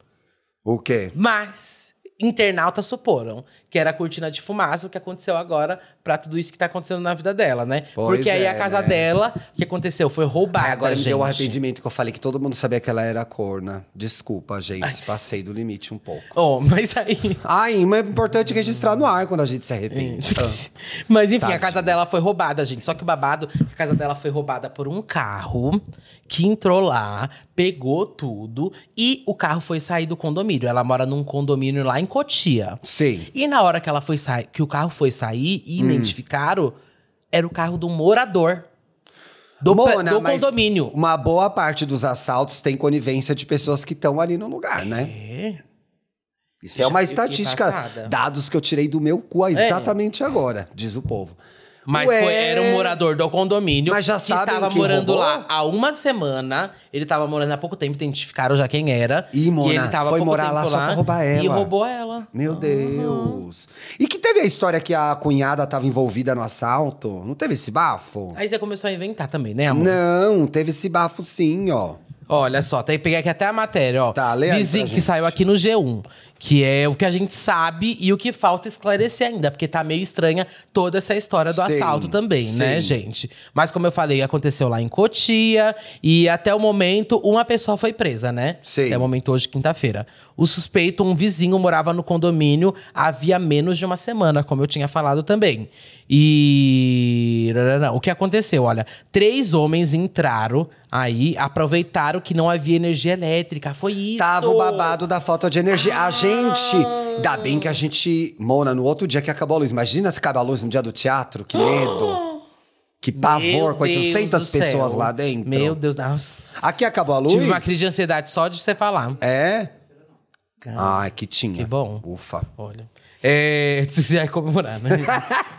Speaker 4: O quê?
Speaker 3: Mas internautas suporam que era a cortina de fumaça o que aconteceu agora pra tudo isso que tá acontecendo na vida dela, né?
Speaker 4: Pois
Speaker 3: Porque aí
Speaker 4: é,
Speaker 3: a casa
Speaker 4: né?
Speaker 3: dela, o que aconteceu foi roubada,
Speaker 4: Ai, agora me
Speaker 3: gente.
Speaker 4: deu um arrependimento que eu falei que todo mundo sabia que ela era corna. Desculpa, gente. Passei do limite um pouco.
Speaker 3: Oh, mas aí...
Speaker 4: Ai, mas é importante registrar no ar quando a gente se arrepende. Ah.
Speaker 3: Mas enfim,
Speaker 4: Tadinha.
Speaker 3: a casa dela foi roubada, gente. Só que o babado, que a casa dela foi roubada por um carro que entrou lá, pegou tudo e o carro foi sair do condomínio. Ela mora num condomínio lá em Cotia.
Speaker 4: Sim.
Speaker 3: E na hora que ela foi sair, que o carro foi sair e
Speaker 4: Hum.
Speaker 3: identificaram, era o carro do morador do, pe-
Speaker 4: Mona,
Speaker 3: do
Speaker 4: mas
Speaker 3: condomínio.
Speaker 4: Uma boa parte dos assaltos tem conivência de pessoas que estão ali no lugar, né?
Speaker 3: É.
Speaker 4: Isso é uma
Speaker 3: Eu fiquei
Speaker 4: estatística,
Speaker 3: passada. É.
Speaker 4: dados que eu tirei do meu cu exatamente agora, diz o povo.
Speaker 3: Mas
Speaker 4: Ué,
Speaker 3: foi- era um morador do condomínio
Speaker 4: Mas já
Speaker 3: que
Speaker 4: sabem
Speaker 3: estava
Speaker 4: quem
Speaker 3: morando
Speaker 4: roubou?
Speaker 3: lá há uma semana. Ele estava morando há pouco tempo, identificaram já quem era.
Speaker 4: Ih, Mona,
Speaker 3: e ele tava há
Speaker 4: foi
Speaker 3: pouco
Speaker 4: morar
Speaker 3: tempo
Speaker 4: lá só pra roubar
Speaker 3: E
Speaker 4: ela.
Speaker 3: roubou ela.
Speaker 4: Meu Deus. E que teve a história que a cunhada tava envolvida no assalto? Não teve esse bafo?
Speaker 3: Aí você começou a inventar também, né, amor?
Speaker 4: Não, teve esse bafo sim, ó.
Speaker 3: Olha só, até peguei aqui até a matéria, ó.
Speaker 4: Tá, lê aí
Speaker 3: Vizinho-
Speaker 4: pra gente.
Speaker 3: que saiu aqui no G1, que é o que a gente sabe e o que falta esclarecer ainda, porque tá meio estranha toda essa história do
Speaker 4: Sim,
Speaker 3: assalto também, né,
Speaker 4: sim.
Speaker 3: gente? Mas como eu falei, aconteceu lá em Cotia e até o momento uma pessoa foi presa, né?
Speaker 4: Sim.
Speaker 3: Até o momento hoje, quinta-feira. O suspeito, um vizinho, morava no condomínio havia menos de uma semana, como eu tinha falado também. E. rarará, O que aconteceu? Olha, três homens entraram aí, aproveitaram que não havia energia elétrica. Foi isso. Ah.
Speaker 4: Tava o babado da falta de energia. A gente. Ainda bem que a gente. Mona, no outro dia que acabou a luz. Imagina se acaba a luz no dia do teatro. Que medo. Que pavor com 800 pessoas lá dentro.
Speaker 3: Meu Deus, nossa.
Speaker 4: Aqui acabou a luz.
Speaker 3: Tive uma crise de ansiedade só de você falar.
Speaker 4: É? Ah, que tinha.
Speaker 3: Que bom.
Speaker 4: Ufa.
Speaker 3: Olha. É, você vai comemorar, né?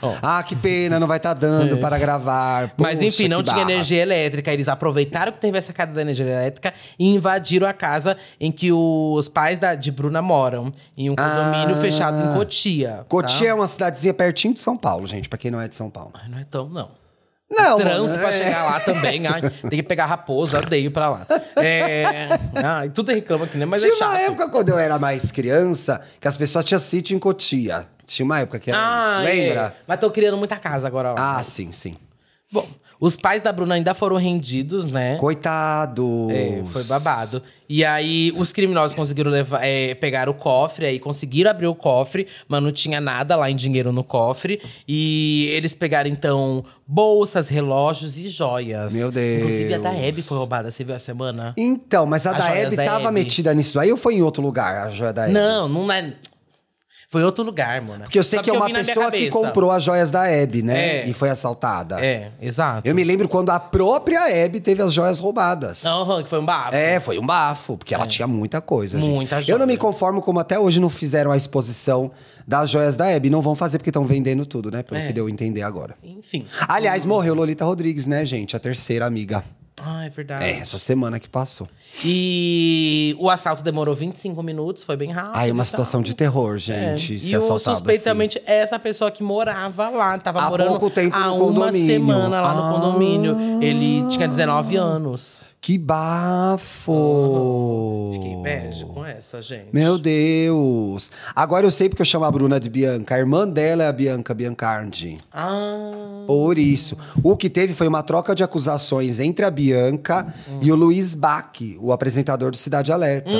Speaker 3: Ó.
Speaker 4: Ah, que pena, não vai estar dando para gravar.
Speaker 3: Mas
Speaker 4: Puxa,
Speaker 3: enfim, não
Speaker 4: que
Speaker 3: tinha
Speaker 4: barra.
Speaker 3: energia elétrica. Eles aproveitaram que teve essa queda da energia elétrica e invadiram a casa em que os pais da, de Bruna moram, em um condomínio
Speaker 4: Ah.
Speaker 3: fechado em Cotia. tá?
Speaker 4: Cotia é uma cidadezinha pertinho de São Paulo, gente, pra quem não é de São Paulo.
Speaker 3: Ai, Não é tão, não.
Speaker 4: Não,
Speaker 3: Trânsito
Speaker 4: mano,
Speaker 3: pra
Speaker 4: é.
Speaker 3: chegar lá também. Ai, tem que pegar raposa, odeio pra lá. É. Ai, tudo reclama aqui, né? Mas
Speaker 4: tinha
Speaker 3: é chato.
Speaker 4: uma época quando eu era mais criança que as pessoas tinham sítio em Cotia. Tinha uma época que era
Speaker 3: Ah,
Speaker 4: isso.
Speaker 3: é.
Speaker 4: Lembra?
Speaker 3: Mas tô criando muita casa agora lá.
Speaker 4: Ah, sim, sim.
Speaker 3: Bom, Os pais da Bruna ainda foram rendidos, né?
Speaker 4: Coitado.
Speaker 3: É, foi babado. E aí, os criminosos conseguiram levar, é, pegar o cofre, aí conseguiram abrir o cofre, mas não tinha nada lá em dinheiro no cofre. E eles pegaram, então, bolsas, relógios e joias.
Speaker 4: Meu Deus.
Speaker 3: Inclusive, a da Hebe foi roubada, você viu a semana?
Speaker 4: Então, mas a
Speaker 3: As
Speaker 4: da
Speaker 3: joias
Speaker 4: Hebe
Speaker 3: da
Speaker 4: tava
Speaker 3: Hebe.
Speaker 4: metida nisso aí ou foi em outro lugar a joia da Hebe?
Speaker 3: Não, não é. Foi outro lugar, mano.
Speaker 4: Porque eu sei
Speaker 3: Só
Speaker 4: que é uma
Speaker 3: vi na minha
Speaker 4: pessoa que
Speaker 3: cabeça.
Speaker 4: comprou as joias da Hebe, né?
Speaker 3: É.
Speaker 4: E foi assaltada.
Speaker 3: É, exato.
Speaker 4: Eu me lembro quando a própria Hebe teve as joias roubadas.
Speaker 3: Aham, que foi um bafo.
Speaker 4: É, foi um bafo, porque ela tinha muita coisa, gente.
Speaker 3: É. Muita
Speaker 4: Eu não me
Speaker 3: joia.
Speaker 4: conformo como até hoje não fizeram a exposição das joias da Hebe. Não vão fazer porque estão vendendo tudo, né? Pelo
Speaker 3: É.
Speaker 4: que deu a entender agora.
Speaker 3: Enfim.
Speaker 4: Aliás, morreu Lolita Rodrigues, né, gente? A terceira amiga.
Speaker 3: Ah, é verdade.
Speaker 4: É, essa semana que passou.
Speaker 3: E o assalto demorou 25 minutos, foi bem rápido. tá?
Speaker 4: Aí, uma
Speaker 3: e
Speaker 4: situação
Speaker 3: tal.
Speaker 4: de terror,
Speaker 3: Ah, É.
Speaker 4: gente. Se
Speaker 3: E o
Speaker 4: assaltado
Speaker 3: suspeito
Speaker 4: assim.
Speaker 3: realmente é essa pessoa que morava lá, tava
Speaker 4: Há
Speaker 3: morando
Speaker 4: pouco tempo
Speaker 3: há
Speaker 4: no
Speaker 3: uma
Speaker 4: condomínio.
Speaker 3: semana lá
Speaker 4: Ah.
Speaker 3: no condomínio. Ele tinha 19 anos.
Speaker 4: Que bafo!
Speaker 3: Fiquei bege com essa, gente.
Speaker 4: Oh. Meu Deus! Agora eu sei porque eu chamo a Bruna de Bianca. A irmã dela é a Bianca Biancardi.
Speaker 3: Ah,
Speaker 4: Por isso. O que teve foi uma troca de acusações entre a Bianca e o Luiz Bach, o apresentador do Cidade Alerta.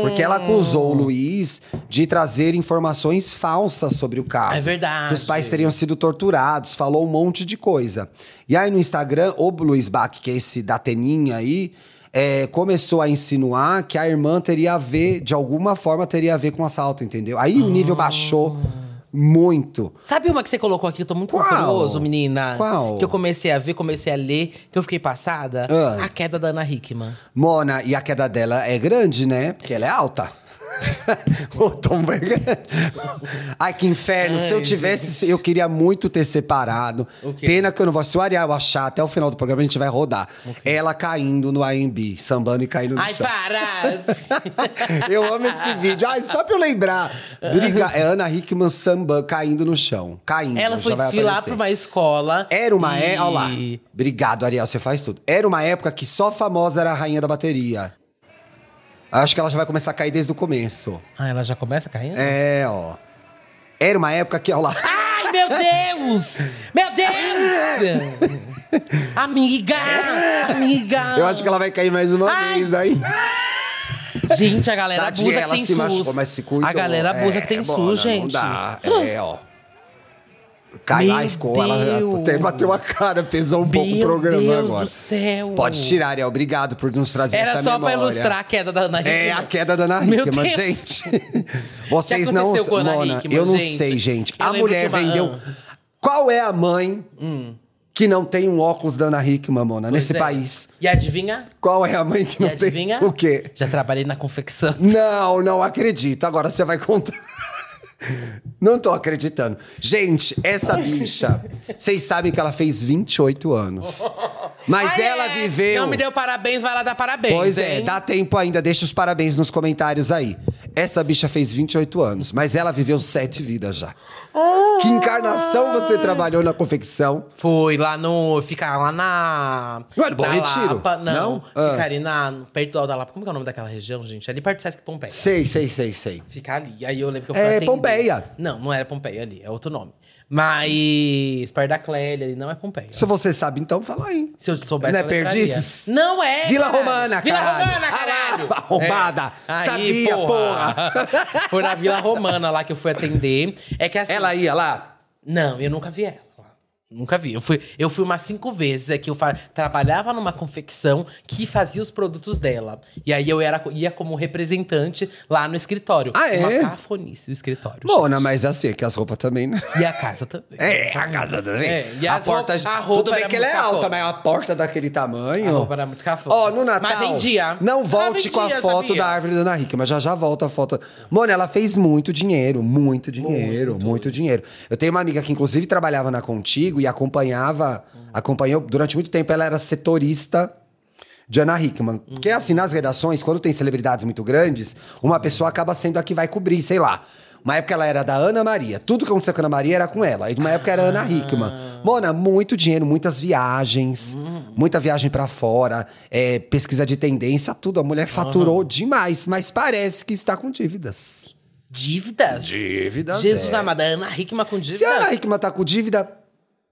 Speaker 4: Porque ela acusou o Luiz de trazer informações falsas sobre o caso.
Speaker 3: É verdade.
Speaker 4: Que os pais teriam sido torturados, falou um monte de coisa. E aí no Instagram, o Luiz Bach, que é esse da Teninha aí, é, começou a insinuar que a irmã teria a ver, de alguma forma, teria a ver com o assalto, entendeu? Aí o nível baixou
Speaker 3: Ah.
Speaker 4: muito.
Speaker 3: sabe uma que você colocou aqui? Eu tô muito
Speaker 4: Qual?
Speaker 3: curioso, menina.
Speaker 4: Qual?
Speaker 3: Que eu comecei a ver, comecei a ler, que eu fiquei passada.
Speaker 4: Ah.
Speaker 3: A queda da Ana Hickman.
Speaker 4: Mona, e a queda dela é grande, né? Porque ela é alta. o tombo é grande. Ai, que inferno. Se eu
Speaker 3: Ai,
Speaker 4: tivesse,
Speaker 3: gente.
Speaker 4: eu queria muito ter separado.
Speaker 3: O quê?
Speaker 4: Pena que eu não vou. Se o Ariel achar até o final do programa, a gente vai rodar. Ela caindo no AMB, sambando e caindo no
Speaker 3: Ai,
Speaker 4: chão.
Speaker 3: para!
Speaker 4: eu amo esse vídeo. Ai, só pra eu lembrar. Briga, é Ana Hickman samba caindo no chão. Caindo.
Speaker 3: Ela
Speaker 4: já
Speaker 3: foi
Speaker 4: vai
Speaker 3: desfilar
Speaker 4: aparecer.
Speaker 3: pra uma escola.
Speaker 4: Era uma
Speaker 3: e...
Speaker 4: época. Olha lá. Obrigado, Ariel, você faz tudo. Era uma época que só famosa era a rainha da bateria. Acho que ela já vai começar a cair desde o começo.
Speaker 3: Ah, ela já começa caindo?
Speaker 4: É, ó. Era uma época que, olha lá.
Speaker 3: Ai, meu Deus! Meu Deus! amiga! Amiga!
Speaker 4: Eu acho que ela vai cair mais uma
Speaker 3: Ai.
Speaker 4: vez aí.
Speaker 3: Gente, a galera
Speaker 4: Tadinha,
Speaker 3: abusa que
Speaker 4: ela
Speaker 3: tem
Speaker 4: se
Speaker 3: SUS.
Speaker 4: machucou, mas se cuidou.
Speaker 3: A galera abusa
Speaker 4: É,
Speaker 3: que tem
Speaker 4: Bona,
Speaker 3: SUS,
Speaker 4: Não
Speaker 3: gente.
Speaker 4: dá. É, ó. Caiu, ai,
Speaker 3: Meu
Speaker 4: ficou. Ela até
Speaker 3: Deus.
Speaker 4: bateu a cara, pesou um pouco o
Speaker 3: Meu
Speaker 4: programa
Speaker 3: Deus
Speaker 4: agora.
Speaker 3: do céu.
Speaker 4: Pode tirar, Ariel. Obrigado por nos trazer
Speaker 3: Era
Speaker 4: essa
Speaker 3: só
Speaker 4: memória.
Speaker 3: pra ilustrar a queda da Ana
Speaker 4: É
Speaker 3: Hickman.
Speaker 4: a queda da Ana
Speaker 3: Meu
Speaker 4: Hickman,
Speaker 3: Deus.
Speaker 4: gente. Vocês
Speaker 3: aconteceu
Speaker 4: não.
Speaker 3: com a Ana
Speaker 4: Mona,
Speaker 3: Hickman,
Speaker 4: eu não
Speaker 3: gente?
Speaker 4: sei, gente.
Speaker 3: Eu
Speaker 4: a
Speaker 3: lembro
Speaker 4: mulher
Speaker 3: que uma- Ah. Hum.
Speaker 4: vendeu. Qual é a mãe que não tem um óculos da Ana Hickman, Mona, nesse
Speaker 3: Pois é.
Speaker 4: país?
Speaker 3: E adivinha?
Speaker 4: Qual é a mãe
Speaker 3: E
Speaker 4: que não tem.
Speaker 3: adivinha?
Speaker 4: O quê?
Speaker 3: Já trabalhei na confecção.
Speaker 4: Não, não acredito. Agora você vai contar. Não tô acreditando. Gente, essa bicha, vocês sabem que ela fez 28 anos. Mas
Speaker 3: Ai,
Speaker 4: ela
Speaker 3: é.
Speaker 4: viveu.
Speaker 3: Não me deu parabéns, vai lá dar parabéns.
Speaker 4: Pois é,
Speaker 3: hein?
Speaker 4: dá tempo ainda, deixa os parabéns nos comentários aí. Essa bicha fez 28 anos, mas ela viveu sete vidas já. Que encarnação você trabalhou na confecção?
Speaker 3: Foi lá no. Ficar lá na.
Speaker 4: Ué, no Bom
Speaker 3: na
Speaker 4: Retiro?
Speaker 3: Lapa, não.
Speaker 4: Não? Ah.
Speaker 3: Ficar ali na, perto do Alto da Lapa. Como que é o nome daquela região, gente? Ali perto do Sesc Pompeia.
Speaker 4: Sei, sei, sei, sei.
Speaker 3: Ficar ali. Aí eu lembro que eu
Speaker 4: É,
Speaker 3: fui atender.
Speaker 4: Pompeia.
Speaker 3: Não, não era Pompeia ali, é outro nome. Mas. Perto da Clélia ali, não é Pompeia.
Speaker 4: Se você sabe, então fala aí.
Speaker 3: Se eu soubesse.
Speaker 4: Não é
Speaker 3: eu lembraria.
Speaker 4: Perdizes?
Speaker 3: Não é!
Speaker 4: Vila
Speaker 3: caralho.
Speaker 4: Romana,
Speaker 3: Vila
Speaker 4: caralho.
Speaker 3: Romana,
Speaker 4: Ah
Speaker 3: caralho! É.
Speaker 4: lá, arrombada. Sabia, porra.
Speaker 3: Foi na Vila Romana lá que eu fui atender. É que assim.
Speaker 4: Ela ia lá.
Speaker 3: Não, eu nunca vi ela. Nunca vi. Eu fui, eu fui umas cinco vezes. É que eu fa- trabalhava numa confecção que fazia os produtos dela. E aí eu era, ia como representante lá no escritório.
Speaker 4: Ah, é?
Speaker 3: Uma cafonice o escritório.
Speaker 4: Mona, mas assim, é que as roupas também, né?
Speaker 3: gente. E a casa também.
Speaker 4: É, a casa também.
Speaker 3: É, e
Speaker 4: a
Speaker 3: as
Speaker 4: porta.
Speaker 3: roupa- a roupa
Speaker 4: tudo bem
Speaker 3: era
Speaker 4: que ela é
Speaker 3: muito
Speaker 4: alta,
Speaker 3: cafona.
Speaker 4: mas a porta daquele tamanho.
Speaker 3: A roupa era muito cafona.
Speaker 4: Ó, no Natal.
Speaker 3: Mas vendia.
Speaker 4: Não
Speaker 3: Mas
Speaker 4: volte com a
Speaker 3: vendia,
Speaker 4: foto
Speaker 3: sabia?
Speaker 4: da árvore da Ana Rica, mas já já volta a foto. Mano, ela fez muito dinheiro, muito dinheiro, muito, dinheiro. Eu tenho uma amiga que, inclusive, trabalhava na Contigo e acompanhava, acompanhou durante muito tempo. Ela era setorista. de Ana Hickman. Porque
Speaker 3: Uhum.
Speaker 4: assim, nas redações, quando tem celebridades muito grandes, uma pessoa acaba sendo a que vai cobrir, sei lá. Uma época ela era da Ana Maria. Tudo que acontecia com a Ana Maria era com ela. E uma época era Ana Hickman. Mona, muito dinheiro, muitas viagens, muita viagem pra fora, é, pesquisa de tendência, tudo. A mulher faturou demais, mas parece que está com dívidas.
Speaker 3: Dívidas?
Speaker 4: Dívidas,
Speaker 3: Jesus
Speaker 4: é.
Speaker 3: amado. A Ana Hickman com dívidas.
Speaker 4: Se a Ana Hickman tá com dívida,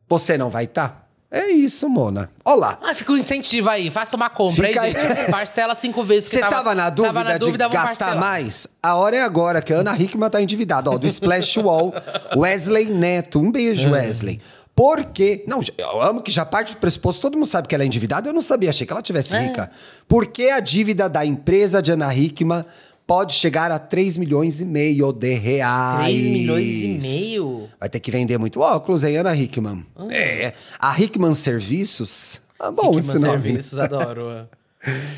Speaker 4: você não vai estar? Tá? É isso, Mona. Olá.
Speaker 3: Ah, fica um incentivo aí. Faça uma compra
Speaker 4: Fica
Speaker 3: aí,
Speaker 4: aí.
Speaker 3: gente. Parcela cinco vezes. que
Speaker 4: Você tava, na dúvida de
Speaker 3: vamos
Speaker 4: gastar
Speaker 3: parcelar.
Speaker 4: mais? A hora é agora, que a Ana Hickman tá endividada. Ó, do Splash Wall, Wesley Neto. Um
Speaker 3: É.
Speaker 4: beijo, Wesley. Por quê? Não, eu amo que já parte do pressuposto, todo mundo sabe que ela é endividada, eu não sabia, achei que ela
Speaker 3: É.
Speaker 4: tivesse rica. Por que a dívida da empresa de Ana Hickman pode chegar a 3 milhões e meio de reais?
Speaker 3: 3 milhões e meio? Ah.
Speaker 4: Vai ter que vender muito óculos, hein, Ana Hickman? É. A Hickman Serviços. Ah, bom,
Speaker 3: Hickman
Speaker 4: esse nome. né?
Speaker 3: Serviços, adoro.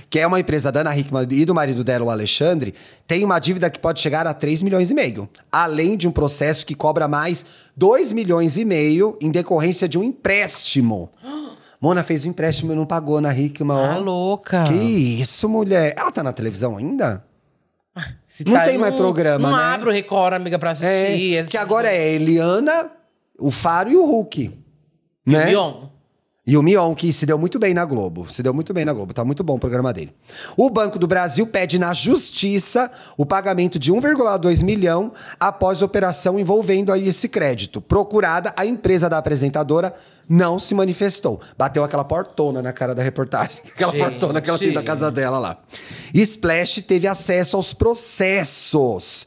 Speaker 4: que é uma empresa da Ana Hickman e do marido dela, o Alexandre, tem uma dívida que pode chegar a 3 milhões e meio. Além de um processo que cobra mais 2 milhões e meio em decorrência de um empréstimo. Mona fez o empréstimo e não pagou na Hickman. ó.
Speaker 3: Tá louca.
Speaker 4: Que isso, mulher? Ela tá na televisão ainda?
Speaker 3: Se tá
Speaker 4: não tem mais programa,
Speaker 3: não
Speaker 4: né?
Speaker 3: Não abre o Record, amiga, pra
Speaker 4: É,
Speaker 3: assistir. tipo
Speaker 4: que agora é a Eliana, o Faro e o Hulk. né?
Speaker 3: Mion.
Speaker 4: E o Mion, que se deu muito bem na Globo. Se deu muito bem na Globo. Tá muito bom o programa dele. O Banco do Brasil pede na justiça o pagamento de 1,2 milhão após operação envolvendo aí esse crédito. Procurada, a empresa da apresentadora não se manifestou. Bateu aquela portona na cara da reportagem. Aquela
Speaker 3: Gente.
Speaker 4: portona que ela tem da casa dela lá. Splash teve acesso aos processos.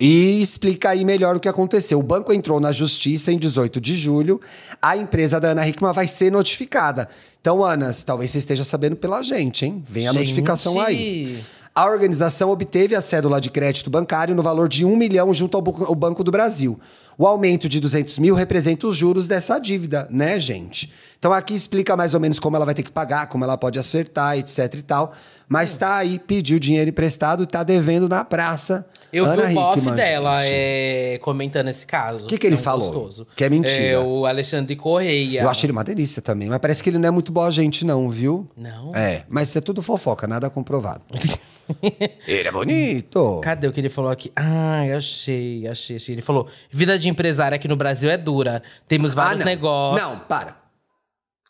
Speaker 4: E explica aí melhor o que aconteceu. O banco entrou na justiça em 18 de julho. A empresa da Ana Hickman vai ser notificada. Então, Ana, talvez você esteja sabendo pela gente, hein? Vem a
Speaker 3: Gente.
Speaker 4: notificação aí. A organização obteve a cédula de crédito bancário no valor de 1 milhão junto ao Bu- ao Banco do Brasil. O aumento de 200 mil representa os juros dessa dívida, né, gente? Então aqui explica mais ou menos como ela vai ter que pagar, como ela pode acertar, etc e tal. Mas tá aí, pediu dinheiro emprestado, tá devendo na praça.
Speaker 3: Eu
Speaker 4: Ana
Speaker 3: vi o bofe
Speaker 4: Hickman,
Speaker 3: dela
Speaker 4: gente.
Speaker 3: é, comentando esse caso.
Speaker 4: Que que ele
Speaker 3: É um
Speaker 4: falou?
Speaker 3: gostoso.
Speaker 4: Que é mentira.
Speaker 3: É, o Alexandre Correia.
Speaker 4: Eu acho ele uma delícia também, mas parece que ele não é muito boa gente, não, viu?
Speaker 3: Não?
Speaker 4: É, mas isso é tudo fofoca, nada comprovado. ele é bonito.
Speaker 3: Cadê o que ele falou aqui? Ah, eu achei, achei, achei. Ele falou: vida de empresário aqui no Brasil é dura. Temos vários
Speaker 4: Ah, não.
Speaker 3: negócios.
Speaker 4: Não, para.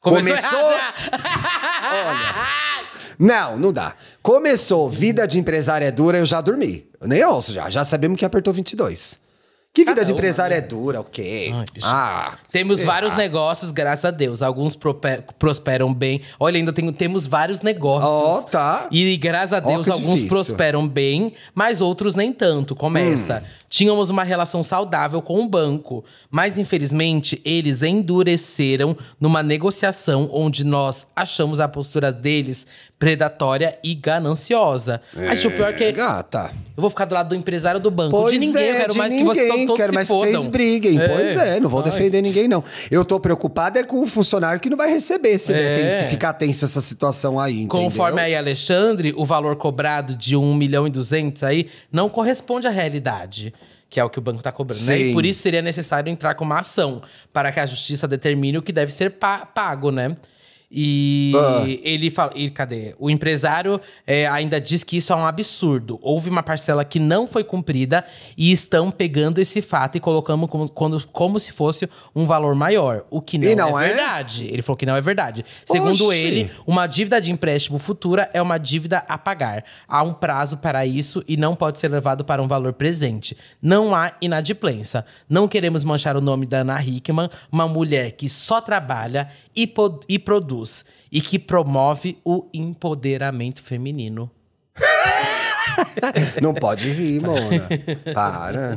Speaker 3: Começou,
Speaker 4: começou? Não, não dá. Começou, vida de empresária é dura, eu já dormi. Eu nem ouço já, já sabemos que apertou 22. Que vida
Speaker 3: Cada
Speaker 4: de
Speaker 3: uma,
Speaker 4: empresária é dura, o quê?
Speaker 3: né? Ai, bicho.
Speaker 4: ah,
Speaker 3: Temos
Speaker 4: sei
Speaker 3: vários né,
Speaker 4: lá.
Speaker 3: negócios, graças a Deus. Alguns prope- prosperam bem. Olha, ainda tem- temos vários negócios.
Speaker 4: Ó, tá.
Speaker 3: E graças a
Speaker 4: Ó,
Speaker 3: Deus,
Speaker 4: que
Speaker 3: alguns
Speaker 4: difícil.
Speaker 3: prosperam bem, mas outros nem tanto. Começa.
Speaker 4: Hum.
Speaker 3: Tínhamos uma relação saudável com o banco, mas infelizmente eles endureceram numa negociação onde nós achamos a postura deles predatória e gananciosa. Acho o pior que
Speaker 4: Gata.
Speaker 3: eu vou ficar do lado do empresário do banco.
Speaker 4: É. Pois
Speaker 3: de ninguém,
Speaker 4: é,
Speaker 3: eu quero
Speaker 4: de
Speaker 3: mais
Speaker 4: ninguém,
Speaker 3: que vocês tão todos
Speaker 4: quero
Speaker 3: se
Speaker 4: mais que
Speaker 3: fodam.
Speaker 4: vocês briguem. Pois é, não vou
Speaker 3: Ai.
Speaker 4: defender ninguém, não. Eu tô preocupado é com o funcionário que não vai receber se, né,
Speaker 3: É.
Speaker 4: tem- se ficar tensa essa situação aí, entendeu?
Speaker 3: Conforme aí Alexandre, o valor cobrado de 1 milhão e 200 aí não corresponde à realidade, que é o que o banco está cobrando. Né?
Speaker 4: Sim.
Speaker 3: E por isso seria necessário entrar com uma ação para que a justiça determine o que deve ser pa- pago, né? E
Speaker 4: Ah.
Speaker 3: ele fala. E cadê? O empresário é, ainda diz que isso é um absurdo. Houve uma parcela que não foi cumprida e estão pegando esse fato e colocando como, quando- como se fosse um valor maior. O que não,
Speaker 4: E não
Speaker 3: é,
Speaker 4: é?
Speaker 3: verdade. Ele falou que não é verdade. Segundo
Speaker 4: Oxi.
Speaker 3: ele, uma dívida de empréstimo futura é uma dívida a pagar. Há um prazo para isso e não pode ser levado para um valor presente. Não há inadimplência. Não queremos manchar o nome da Ana Hickman, uma mulher que só trabalha e, po- e produz e que promove o empoderamento feminino.
Speaker 4: Não pode rir,
Speaker 3: Tá.
Speaker 4: Mona. Para, não.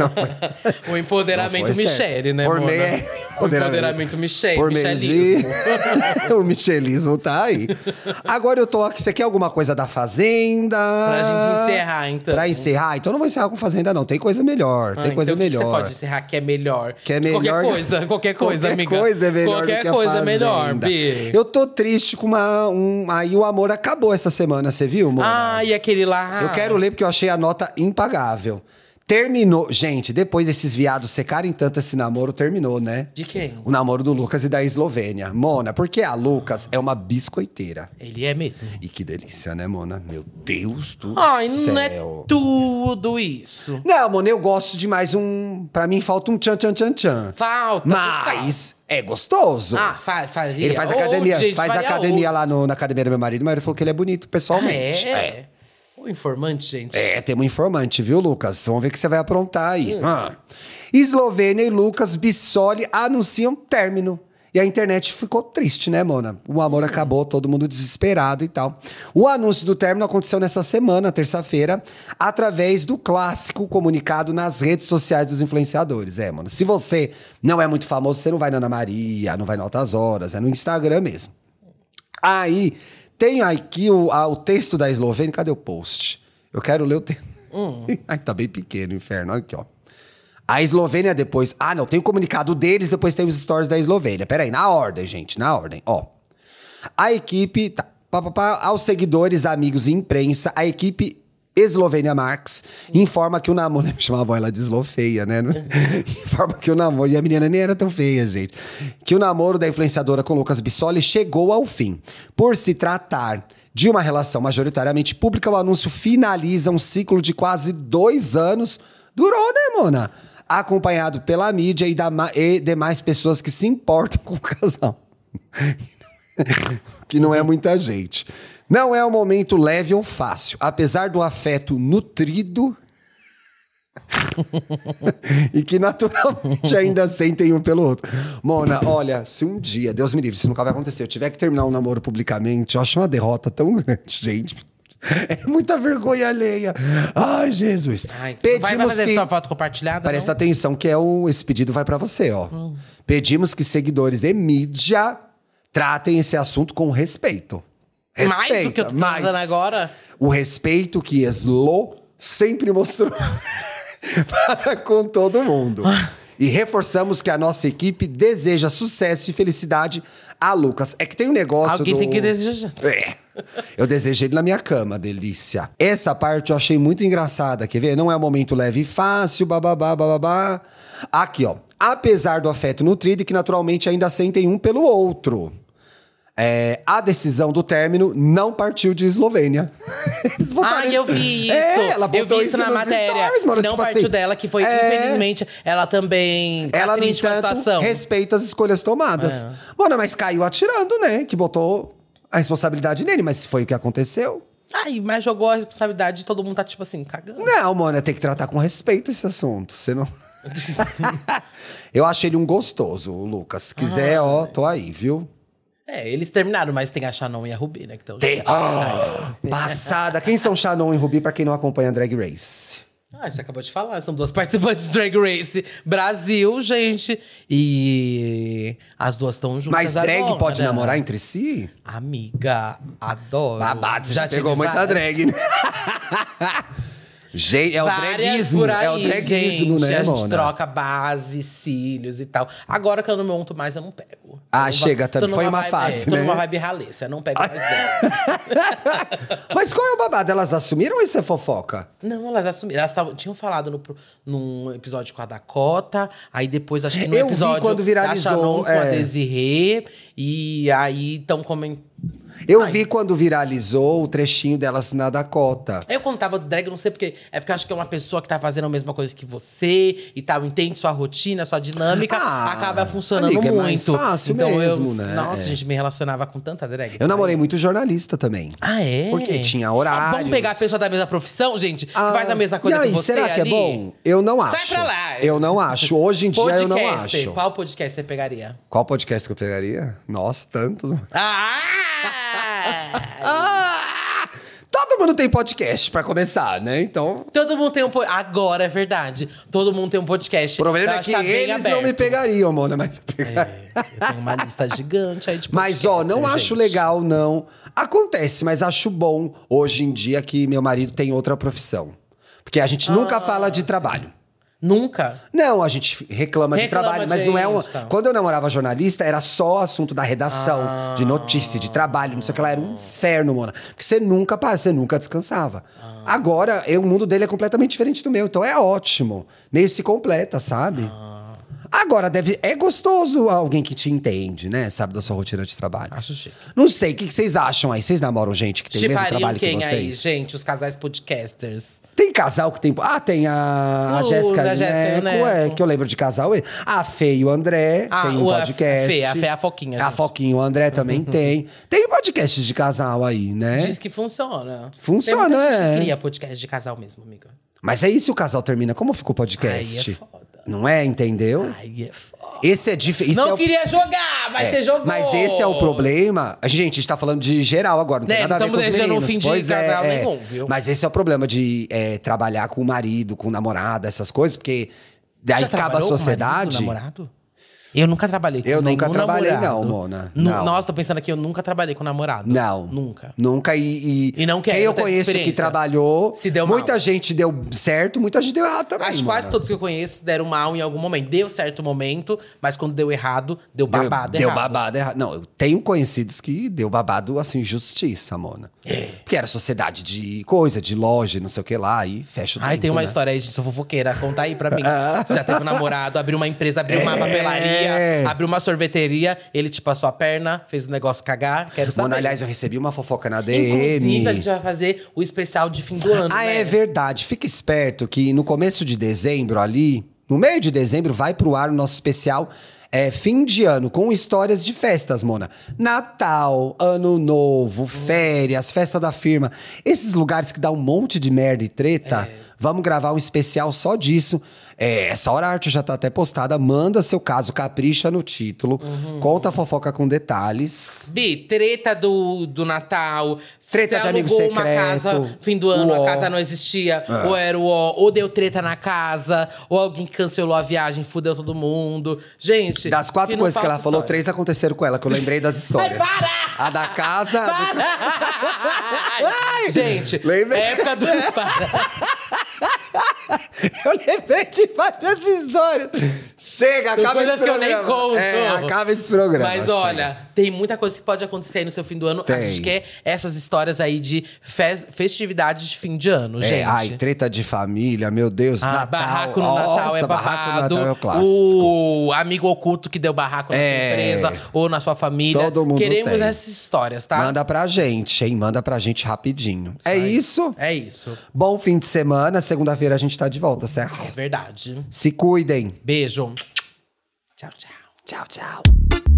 Speaker 4: não.
Speaker 3: O empoderamento
Speaker 4: Não foi certo.
Speaker 3: Michele, né,
Speaker 4: Por
Speaker 3: Mona?
Speaker 4: meio-
Speaker 3: O empoderamento Michele.
Speaker 4: Por meio de... o michelismo tá aí. Agora eu tô aqui. Você quer alguma coisa da Fazenda?
Speaker 3: Pra gente encerrar, então.
Speaker 4: Pra encerrar? Então eu não vou encerrar com Fazenda, não. Tem coisa melhor.
Speaker 3: Ah,
Speaker 4: tem coisa
Speaker 3: então o que
Speaker 4: melhor.
Speaker 3: Você pode encerrar que é melhor.
Speaker 4: Que é melhor.
Speaker 3: Qualquer coisa, qualquer coisa,
Speaker 4: qualquer
Speaker 3: amiga.
Speaker 4: coisa é melhor
Speaker 3: Qualquer
Speaker 4: do que a
Speaker 3: coisa é melhor,
Speaker 4: Fazenda.
Speaker 3: Bi.
Speaker 4: Eu tô triste com uma. Um, aí o amor acabou essa semana, você viu, amor?
Speaker 3: Ah, e aquele lá.
Speaker 4: Eu quero ler porque eu achei a nota impagável. Terminou. Gente, depois desses viados secarem tanto esse namoro, terminou, né?
Speaker 3: De quem?
Speaker 4: O namoro do Lucas e da Eslovênia. Mona, porque a Lucas é uma biscoiteira.
Speaker 3: Ele é mesmo.
Speaker 4: E que delícia, né, Mona? Meu Deus do
Speaker 3: Ai,
Speaker 4: céu.
Speaker 3: não é tudo isso.
Speaker 4: Não, Mona, eu gosto de mais um. Pra mim falta um tchan tchan tchan tchan.
Speaker 3: Falta.
Speaker 4: Mas é gostoso.
Speaker 3: Ah, faz, faz.
Speaker 4: Ele faz academia, faz
Speaker 3: é
Speaker 4: academia lá no- na academia do meu marido, mas ele falou que ele é bonito pessoalmente.
Speaker 3: é? O informante, gente.
Speaker 4: É, temos um informante, viu, Lucas? Vamos ver o que você vai aprontar aí. Ah. Eslovênia e Lucas Bissoli anunciam término. E a internet ficou triste, né, Mona? O amor acabou, todo mundo desesperado e tal. O anúncio do término aconteceu nessa semana, terça-feira, através do clássico comunicado nas redes sociais dos influenciadores. É, Mona, se você não é muito famoso, você não vai na Ana Maria, não vai na Altas Horas, é no Instagram mesmo. Aí, tem aqui o, a- o texto da Eslovênia. Cadê o post? Eu quero ler o texto. Ai, tá bem pequeno, inferno. Aqui, ó. A Eslovênia depois. Ah, não, tem o comunicado deles, depois tem os stories da Eslovênia. Peraí, na ordem, gente, na ordem. Ó. A equipe. Tá, pá, pá, pá, aos seguidores, amigos e imprensa, a equipe. Eslovênia Marx informa que o namoro. Me chamavam ela de Eslovênia, né? informa que o namoro. E a menina nem era tão feia, gente. Que o namoro da influenciadora com Lucas Bissoli chegou ao fim. Por se tratar de uma relação majoritariamente pública, o anúncio finaliza um ciclo de quase dois anos. Durou, né, Mona? Acompanhado pela mídia e, da ma- e demais pessoas que se importam com o casal. que não é muita gente. Não é um momento leve ou fácil. Apesar do afeto nutrido e que naturalmente ainda sentem um pelo outro. Mona, olha, se um dia, Deus me livre, isso nunca vai acontecer, eu tiver que terminar um namoro publicamente, eu acho uma derrota tão grande, gente. É muita vergonha alheia. Ai, Jesus.
Speaker 3: Ai, então
Speaker 4: Pedimos
Speaker 3: vai, vai fazer
Speaker 4: que...
Speaker 3: sua foto compartilhada?
Speaker 4: Presta
Speaker 3: não?
Speaker 4: atenção que é o, esse pedido vai pra você, ó.
Speaker 3: Hum.
Speaker 4: Pedimos que seguidores e mídia tratem esse assunto com respeito. tá Respeita,
Speaker 3: Mais do que eu tô
Speaker 4: mas
Speaker 3: dando agora?
Speaker 4: O respeito que Slo sempre mostrou para com todo mundo. E reforçamos que a nossa equipe deseja sucesso e felicidade a Lucas. É que tem um negócio
Speaker 3: Alguém
Speaker 4: do-
Speaker 3: tem que desejar.
Speaker 4: é. Eu desejei ele na minha cama, delícia. Essa parte eu achei muito engraçada, quer ver? Não é um momento leve e fácil, bababá, bababá. Aqui, ó. Apesar do afeto nutrido e que naturalmente ainda sentem um pelo outro. É, a decisão do término não partiu de Eslovênia. Eles botaram
Speaker 3: Ah, eu vi isso.
Speaker 4: É, ela
Speaker 3: eu
Speaker 4: botou
Speaker 3: vi isso na
Speaker 4: nos
Speaker 3: matéria.
Speaker 4: stories, mano,
Speaker 3: não
Speaker 4: tipo
Speaker 3: partiu
Speaker 4: assim,
Speaker 3: dela, que foi,
Speaker 4: é.
Speaker 3: infelizmente, ela também tá
Speaker 4: Ela, no
Speaker 3: triste com a
Speaker 4: entanto,
Speaker 3: situação. É.
Speaker 4: respeita as escolhas tomadas. Mano, mas caiu atirando, né? Que botou a responsabilidade nele, mas foi o que aconteceu.
Speaker 3: Ai, mas jogou a responsabilidade e todo mundo tá, tipo assim, cagando.
Speaker 4: Não, mano, tem que tratar com respeito esse assunto. Você não. Eu achei ele um gostoso, o Lucas. Se quiser,
Speaker 3: Ah.
Speaker 4: ó, tô aí, viu?
Speaker 3: É, eles terminaram, mas tem a Shannon e a Rubi, né? Que tão...
Speaker 4: Tem. Ah, passada. Quem são Shannon e Rubi pra quem não acompanha Drag Race?
Speaker 3: Ah, você acabou de falar, são duas participantes do Drag Race Brasil, gente. E as duas estão juntas.
Speaker 4: Mas drag
Speaker 3: agora,
Speaker 4: pode
Speaker 3: né?
Speaker 4: namorar entre si?
Speaker 3: Amiga, adoro.
Speaker 4: Babado, você já
Speaker 3: tive
Speaker 4: pegou muita
Speaker 3: várias.
Speaker 4: drag, né? Gente, é o
Speaker 3: Várias
Speaker 4: dragismo.
Speaker 3: por aí,
Speaker 4: é o dragismo,
Speaker 3: gente.
Speaker 4: né,
Speaker 3: A gente
Speaker 4: mona?
Speaker 3: troca base, cílios e tal. Agora que eu não monto mais, eu não pego.
Speaker 4: Ah,
Speaker 3: Eu não
Speaker 4: chega,
Speaker 3: tô
Speaker 4: tá-
Speaker 3: numa
Speaker 4: foi uma
Speaker 3: vibe-
Speaker 4: fase,
Speaker 3: é, Tô
Speaker 4: né?
Speaker 3: numa vibe ralessa, eu não pego mais drag.
Speaker 4: Mas qual é o babado? Elas assumiram isso é fofoca?
Speaker 3: Não, elas assumiram. Elas tavam- tinham falado no, pro- num episódio com a Dakota, aí depois acho que no
Speaker 4: Eu vi
Speaker 3: episódio
Speaker 4: quando viralizou,
Speaker 3: da Shannon com a
Speaker 4: é.
Speaker 3: Desirê, e aí estão comentando.
Speaker 4: Eu vi quando viralizou o trechinho delas na Dakota.
Speaker 3: Eu quando tava do drag, eu não sei porque. É porque eu acho que é uma pessoa que tá fazendo a mesma coisa que você e tal, entende sua rotina, sua dinâmica,
Speaker 4: Ah,
Speaker 3: acaba funcionando
Speaker 4: amiga, é
Speaker 3: muito.
Speaker 4: mais fácil
Speaker 3: então eu,
Speaker 4: mesmo, né?
Speaker 3: nossa,
Speaker 4: É.
Speaker 3: gente, me relacionava com tanta drag.
Speaker 4: Eu namorei muito jornalista também.
Speaker 3: Ah, é?
Speaker 4: Porque tinha
Speaker 3: horário.
Speaker 4: horários.
Speaker 3: Vamos pegar a pessoa da mesma profissão, gente,
Speaker 4: Ah,
Speaker 3: que faz a mesma coisa
Speaker 4: e aí,
Speaker 3: que você
Speaker 4: será que
Speaker 3: ali?
Speaker 4: é bom? Eu não acho.
Speaker 3: Sai pra lá.
Speaker 4: Eu não acho. Hoje em dia eu não
Speaker 3: Podcaster.
Speaker 4: acho.
Speaker 3: Qual podcast você pegaria?
Speaker 4: Qual podcast que eu pegaria? Nossa, tantos.
Speaker 3: Ah!
Speaker 4: Ah! Todo mundo tem podcast pra começar, né? Então,
Speaker 3: Todo mundo tem um podcast. Agora é verdade. Todo mundo tem um podcast.
Speaker 4: o problema
Speaker 3: Eu
Speaker 4: é
Speaker 3: acho
Speaker 4: que
Speaker 3: tá bem
Speaker 4: eles não
Speaker 3: aberto.
Speaker 4: me pegariam, Mona, mas eu pegaria.
Speaker 3: É, eu tenho uma lista gigante aí de
Speaker 4: Mas, ó, não
Speaker 3: podcaster,
Speaker 4: acho
Speaker 3: né, gente.
Speaker 4: legal, não. Acontece, mas acho bom hoje em dia que meu marido tem outra profissão. Porque a
Speaker 3: Ah,
Speaker 4: gente nunca fala de trabalho.
Speaker 3: Nunca.
Speaker 4: Não, a gente reclama, de
Speaker 3: Reclama
Speaker 4: trabalho,
Speaker 3: de
Speaker 4: mas não é um.
Speaker 3: gente, tá.
Speaker 4: Quando eu namorava jornalista, era só assunto da redação,
Speaker 3: Ah.
Speaker 4: de notícia, de trabalho, não sei o que lá. Era um inferno, mona. Porque você nunca para, você nunca descansava.
Speaker 3: Ah.
Speaker 4: Agora, eu- o mundo dele é completamente diferente do meu, então é ótimo. Meio se completa, sabe?
Speaker 3: Ah.
Speaker 4: Agora, deve, é gostoso alguém que te entende, né? Sabe, da sua rotina de trabalho.
Speaker 3: Acho chique.
Speaker 4: Não sei, o que que vocês acham aí? Vocês namoram gente que tem o mesmo
Speaker 3: Chipariam
Speaker 4: trabalho que
Speaker 3: quem
Speaker 4: vocês?
Speaker 3: aí, gente? Os casais podcasters.
Speaker 4: Tem casal que tem. Ah, tem a, a
Speaker 3: O
Speaker 4: Jéssica
Speaker 3: da Jéssica
Speaker 4: Neco, é,
Speaker 3: Neco.
Speaker 4: que eu lembro de casal. é. Ah, A Fê e o André
Speaker 3: Ah,
Speaker 4: tem um
Speaker 3: o- a
Speaker 4: podcast.
Speaker 3: Fê, a Fê é a Foquinha,
Speaker 4: A
Speaker 3: gente.
Speaker 4: Foquinha, o André também tem. Tem podcasts de casal aí, né?
Speaker 3: Diz que funciona.
Speaker 4: Funciona,
Speaker 3: Tem muita gente
Speaker 4: é.
Speaker 3: que cria podcast de casal mesmo, amiga.
Speaker 4: Mas aí se o casal termina, como fica
Speaker 3: Aí é
Speaker 4: o podcast?
Speaker 3: foda.
Speaker 4: Não é, entendeu?
Speaker 3: Ai, é foda.
Speaker 4: Esse é difícil.
Speaker 3: Não queria jogar, mas
Speaker 4: É,
Speaker 3: você jogou.
Speaker 4: Mas esse é o problema. A gente, a gente tá falando de geral agora, não tem
Speaker 3: Né,
Speaker 4: nada a
Speaker 3: não
Speaker 4: ver com os
Speaker 3: estamos deixando
Speaker 4: meninos.
Speaker 3: um fim de
Speaker 4: pois é,
Speaker 3: casal
Speaker 4: é.
Speaker 3: nenhum, viu?
Speaker 4: Mas esse é o problema de é, trabalhar com o marido, com o namorado, essas coisas, porque daí
Speaker 3: Já
Speaker 4: acaba a
Speaker 3: trabalhou com
Speaker 4: sociedade.
Speaker 3: marido, namorado? Eu nunca trabalhei com
Speaker 4: Eu nunca
Speaker 3: nenhum
Speaker 4: trabalhei,
Speaker 3: namorado.
Speaker 4: não, Mona.
Speaker 3: Nu-
Speaker 4: Não.
Speaker 3: Nossa, tô pensando aqui, eu nunca trabalhei com namorado.
Speaker 4: Não.
Speaker 3: Nunca.
Speaker 4: Nunca. E,
Speaker 3: E não quero,
Speaker 4: Quem eu
Speaker 3: não tenho
Speaker 4: conheço que
Speaker 3: experiência.
Speaker 4: trabalhou.
Speaker 3: Se deu mal.
Speaker 4: muita gente deu certo, muita gente deu errado também.
Speaker 3: Acho que quase
Speaker 4: Mona.
Speaker 3: todos que eu conheço deram mal em algum momento. Deu certo momento, mas quando deu errado, deu
Speaker 4: Deu-
Speaker 3: babado
Speaker 4: Deu
Speaker 3: errado.
Speaker 4: babado errado. Não, eu tenho conhecidos que deu babado, assim, justiça, Mona.
Speaker 3: É.
Speaker 4: Porque era sociedade de coisa, de loja, não sei o que lá, e fecha o
Speaker 3: Ai,
Speaker 4: tempo,
Speaker 3: tem uma
Speaker 4: né?
Speaker 3: história aí, gente, sou fofoqueira, conta aí pra mim. Você já teve um namorado, abriu uma empresa, abriu uma
Speaker 4: É.
Speaker 3: papelaria, abriu uma sorveteria, ele te passou a perna, fez o negócio cagar, quero saber.
Speaker 4: Mona, aliás, eu recebi uma fofoca na DM.
Speaker 3: Inclusive, a gente vai fazer o especial de fim do ano,
Speaker 4: Ah,
Speaker 3: né?
Speaker 4: é verdade. Fica esperto que no começo de dezembro ali, no meio de dezembro, vai pro ar o nosso especial é, fim de ano, com histórias de festas, Mona. Natal, Ano
Speaker 3: Hum.
Speaker 4: Novo, férias, festa da firma. Esses lugares que dá um monte de merda e treta.
Speaker 3: É.
Speaker 4: Vamos gravar um especial só disso. É, essa hora a arte já tá até postada. Manda seu caso, capricha no título.
Speaker 3: Uhum.
Speaker 4: Conta a fofoca com detalhes.
Speaker 3: Bi, treta do, do Natal.
Speaker 4: Treta
Speaker 3: Você
Speaker 4: de amigo
Speaker 3: alugou uma
Speaker 4: secreto,
Speaker 3: casa, fim do ano,
Speaker 4: uó.
Speaker 3: a casa não existia.
Speaker 4: É.
Speaker 3: Ou era o ó, ou deu treta na casa, ou alguém cancelou a viagem, fudeu todo mundo. Gente.
Speaker 4: Das quatro
Speaker 3: não
Speaker 4: coisas que
Speaker 3: falta
Speaker 4: ela falou,
Speaker 3: história.
Speaker 4: três aconteceram com ela, que eu lembrei das histórias.
Speaker 3: Vai parar!
Speaker 4: A da casa. a do-
Speaker 3: Ai, gente,
Speaker 4: Lembrei.
Speaker 3: época do.
Speaker 4: Eu lembrei de várias histórias. Chega,
Speaker 3: Tem
Speaker 4: acaba esse
Speaker 3: coisas que eu
Speaker 4: programa.
Speaker 3: nem conto.
Speaker 4: É, acaba esse programa.
Speaker 3: Mas
Speaker 4: chega.
Speaker 3: olha, tem muita coisa que pode acontecer aí no seu fim do ano. A
Speaker 4: Tem.
Speaker 3: gente quer essas histórias aí de fe- festividades de fim de ano,
Speaker 4: É,
Speaker 3: gente.
Speaker 4: ai, treta de família, meu Deus,
Speaker 3: Ah,
Speaker 4: Natal.
Speaker 3: barraco no Natal
Speaker 4: Nossa,
Speaker 3: é
Speaker 4: barraco no
Speaker 3: babado.
Speaker 4: Natal é o clássico.
Speaker 3: o amigo oculto que deu barraco na
Speaker 4: É.
Speaker 3: sua empresa ou na sua família.
Speaker 4: Todo mundo
Speaker 3: Queremos
Speaker 4: tem.
Speaker 3: essas histórias, tá?
Speaker 4: Manda pra gente, hein? Manda pra gente rapidinho. é
Speaker 3: aí.
Speaker 4: isso.
Speaker 3: É isso.
Speaker 4: Bom fim de semana. Segunda-feira a gente tá de volta, certo?
Speaker 3: É verdade.
Speaker 4: Se cuidem.
Speaker 3: Beijo. Tchau, tchau.
Speaker 4: Tchau, tchau.